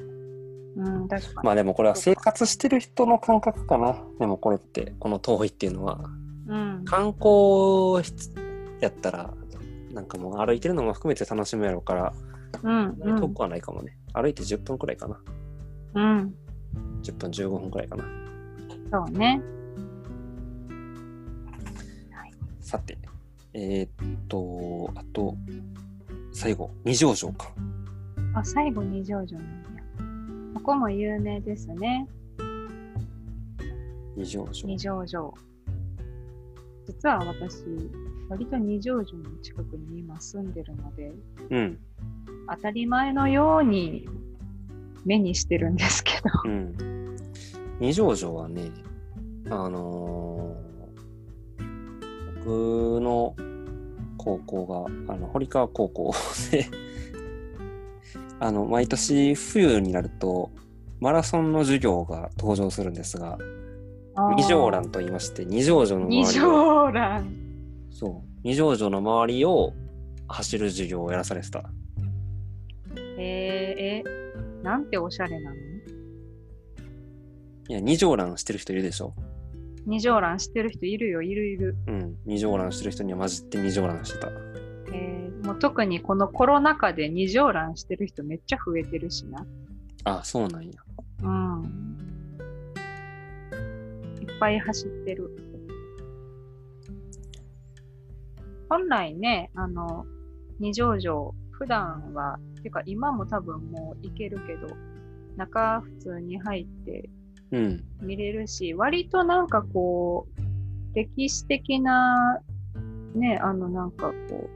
うん、確かに。まあでもこれは生活してる人の感覚かな。でもこれって、この遠いっていうのは。うん。観光やったら、なんかもう歩いてるのも含めて楽しむやろうから、うん。う遠ん。くはないかもね。歩いて10分くらいかな。うん。 10分15分くらいかな。そうね。さて、えーっと、あと、最後、二条城か。あ、最後二条城なんや。ここも有名ですね。二条城二。条城。実は私、割と二条城の近くに今住んでるので、うん。当たり前のように目にしてるんですけど。うん。二条城はね、あのー僕の高校が、あの、堀川高校で、 あの、毎年冬になると、マラソンの授業が登場するんですが、二条欄蘭と言いまして、二条城の二周りを、条欄そう、二条城の周りを走る授業をやらされてた。えー、え、なんておしゃれなのいや、二条欄してる人いるでしょ。二条欄してる人いるよ、いるいる。うん。二条欄してる人には混じって二条欄してた。えー、もう特にこのコロナ禍で二条欄してる人めっちゃ増えてるしな。あ、そうなんや。うん。いっぱい走ってる。本来ね、あの、二条城、普段は、てか今も多分もう行けるけど、中普通に入ってうん。見れるし、割となんかこう、歴史的な、ね、あのなんかこ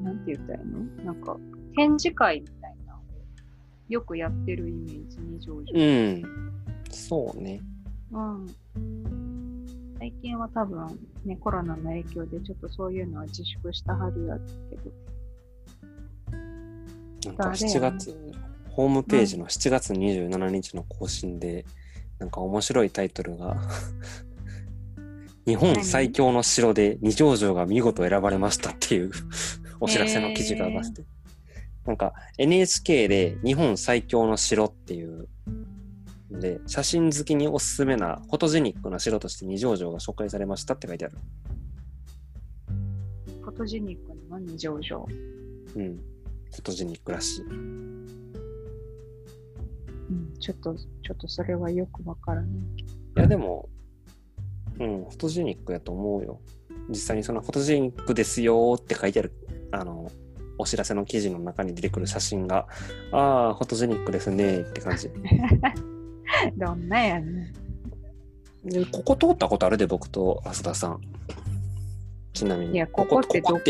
う、なんて言ったらいいのなんか展示会みたいな、よくやってるイメージ、二条城。うん。そうね。うん。最近は多分ね、コロナの影響でちょっとそういうのは自粛したはるやつけど。なんかあれや7月、ホームページの7月27日の更新で、なんか面白いタイトルが、日本最強の城で二条城が見事選ばれましたっていうお知らせの記事が上がって、なんか NHK で日本最強の城っていう、で、写真好きにおすすめなフォトジェニックな城として二条城が紹介されましたって書いてある。フォトジェニックの二乗上。うん。フォトジェニックらしい。うん、ちょっと、ちょっとそれはよくわからないけど。いやでも、うん、フォトジェニックやと思うよ。実際にそのフォトジェニックですよーって書いてある、あの、お知らせの記事の中に出てくる写真が、ああ、フォトジェニックですねーって感じ。どんなやねん。で、ここ通ったことあるで、僕と浅田さん。ちなみに。いや、ここってどこ、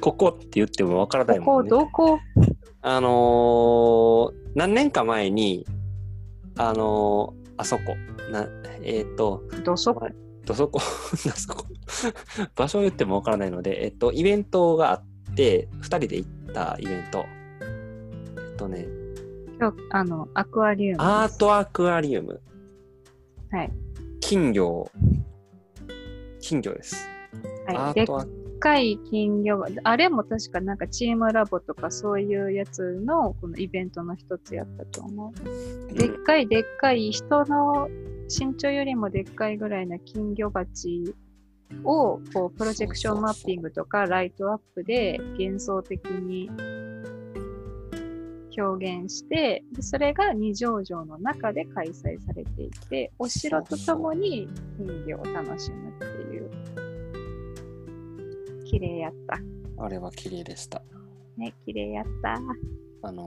ここって言ってもわからないこもこんね。どこあのー何年か前に、あのーあそこ、なえっ、と、どそこどそこ、 どそこ、場所を言ってもわからないので、えっと、イベントがあって、2人で行ったイベント。えっとね、今日、あの、アクアリウム。アートアクアリウム。はい。金魚。金魚です。はアい、でーっトアかい金魚が、あれも確かなんかチームラボとかそういうやつのこのイベントの一つやったと思う。でっうんかいでっかい人の身長よりもでっかいぐらいな金魚鉢をこうプロジェクションマッピングとかライトアップで幻想的に表現してでそれが二条城の中で開催されていてお城とともに金魚を楽しむっていう綺麗やったあれは綺麗でした。ね綺麗やったあのー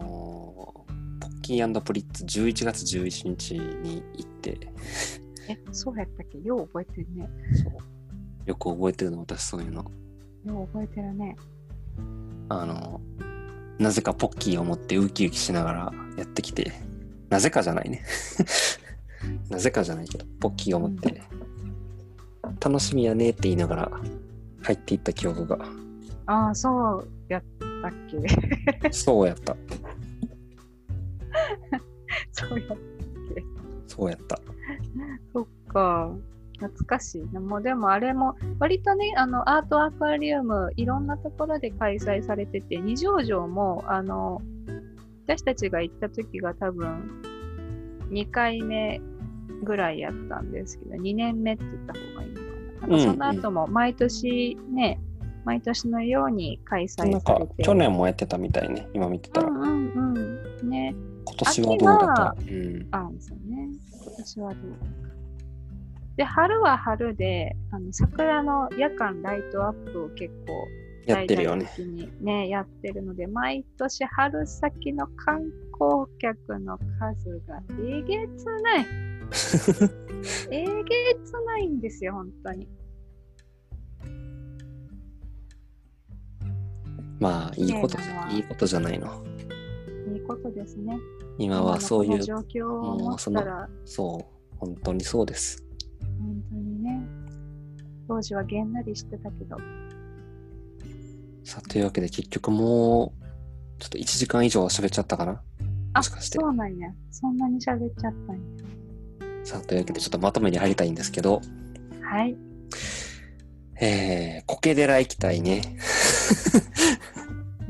ポッキープリッツ11月11日に行って、えそうやったっけよう覚えてるねそうよく覚えてるの、私そういうの。よう覚えてるねあの、なぜかポッキーを持ってウキウキしながらやってきて、なぜかじゃないね。 なぜかじゃないけど、ポッキーを持って、楽しみやねって言いながら入っていった記憶が、ああそうやったっけ そうやった、そうや、そうやった。そっか。懐かしいな。もうでもあれも、割とね、あの、アートアクアリウム、いろんなところで開催されてて、二条城も、あの、私たちが行った時が多分、2回目ぐらいやったんですけど、2年目って言った方がいいのかな。なんかその後も、毎年ね、毎年のように開催なんさかれて。去年もやってたみたいね、今見てたうら。んうんうん。ね。今年はどうだったうん。あるんですよね。私はどうで、春は春で、あの桜の夜間ライトアップを結構やってるよね。大々的にね、やってるので、毎年春先の観光客の数がえげつ ない。えげつないんですよ、本当に。まあ、いいことじ綺麗なのゃ、はいいことじゃないの。いいことですね。今はそうい今うの、この状況をも思うっそのたら、そう、本当にそうです。本当にね、当時はげんなりしてたけど、さあ、というわけで結局もう、ちょっと1時間以上喋っちゃったかなあもしかしてそうなんや。そんなに喋っちゃったんや。さあ、というわけでちょっとまとめに入りたいんですけど、はい。えー、苔寺行きたいね。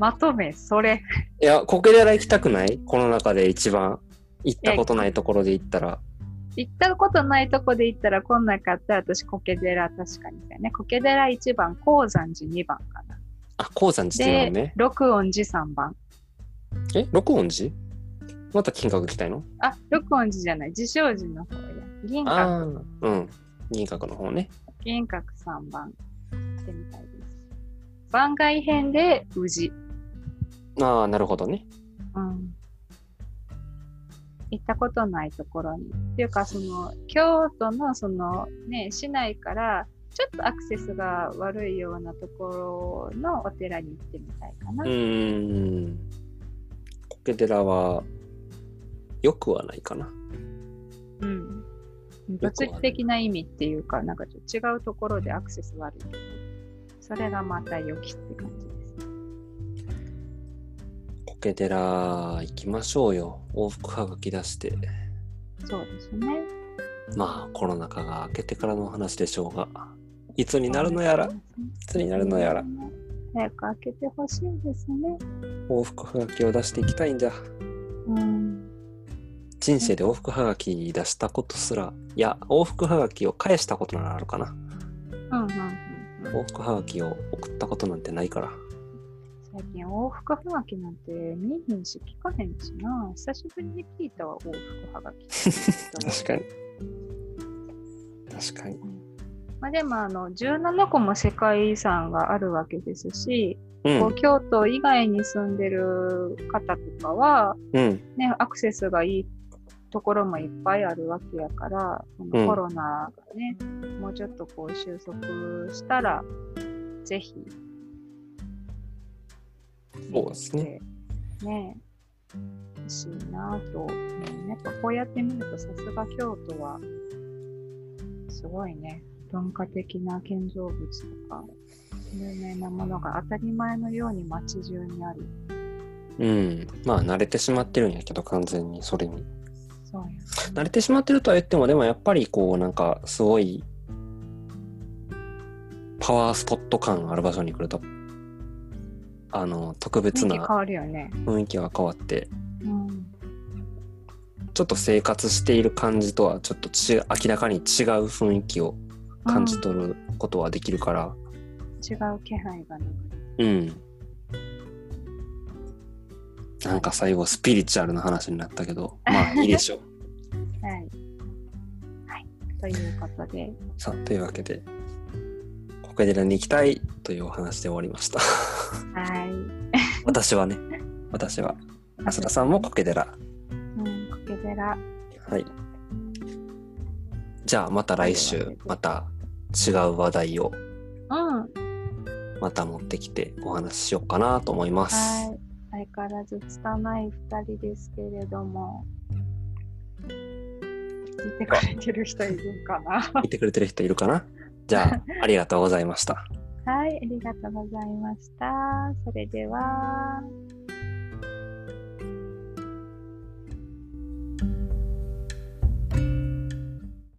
まとめ、それ。いや、苔寺行きたくないこの中で一番。行ったことないところで行ったら。行ったことないとこで行ったら来なかったら私、苔寺確かにだよね。苔寺1番、高山寺2番かな。あ、鉱山寺っていうのね。六音寺3番。え、六音寺また金閣来たいのあ、六音寺じゃない。自称寺の方や。銀閣、ああー、うん。銀閣の方ね。銀閣3番。行ってみたいです。番外編で宇治。ああ、なるほどね。うん。行ったことないところに。っていうか、その、京都の、その、ね、市内から、ちょっとアクセスが悪いようなところのお寺に行ってみたいかな。うーん。苔寺は、よくはないかな。物理的な意味っていうか、なんかちょっと違うところでアクセス悪いけど、それがまた良きって感じです。コケ寺行きましょうよ。往復はがき出して。そうですね。まあコロナ禍が明けてからの話でしょうが。いつになるのやら、いつになるのやら、。早く開けてほしいですね。往復はがきを出していきたいんじゃ。うん。人生で往復はがき出したことすら、いや、往復はがきを返したことならあるかな。うんうんうんうん。往復はがきを送ったことなんてないから。最近往復はがきなんて見えへんし聞かへんしな久しぶりに聞いたわ往復はがき 確かに。確かに。まあでもあの17個も世界遺産があるわけですし、うこんう。京都以外に住んでる方とかは、うん。ね、アクセスがいいところもいっぱいあるわけやからこうのんコロナがね、もうちょっとこう収束したらぜひそうですね。ね欲しいなぁと、ね、やっぱこうやって見るとさすが京都はすごいね文化的な建造物とか有名なものが当たり前のように街中にあるうん。まあ、慣れてしまってるんやけど、完全にそれに。そうやね慣れてしまってるとは言っても、でもやっぱりこう、なんか、すごい、パワースポット感ある場所に来ると、あの、特別雰囲気変なわるよね、雰囲気が変わって、うんちょっと生活している感じとはちょっとち明らかに違う雰囲気を感じ取ることはできるから、違う気配がなくうん。なんか最後スピリチュアルな話になったけど、 まあいいでしょう。てはい、はい、ということでさあ、というわけで、コケ寺に行きたいというお話で終わりました。はい私はね、私は。浅田さんもコケ寺。うんコケ寺はい。じゃあまた来週、また違う話題をうんまた持ってきてお話ししようかなと思います。はい。相変わらず拙い二人ですけれども。聞いてくれてる人いるかな聞いてくれてる人いるかなじゃ あ、ありがとうございました。はい、ありがとうございました。それでは。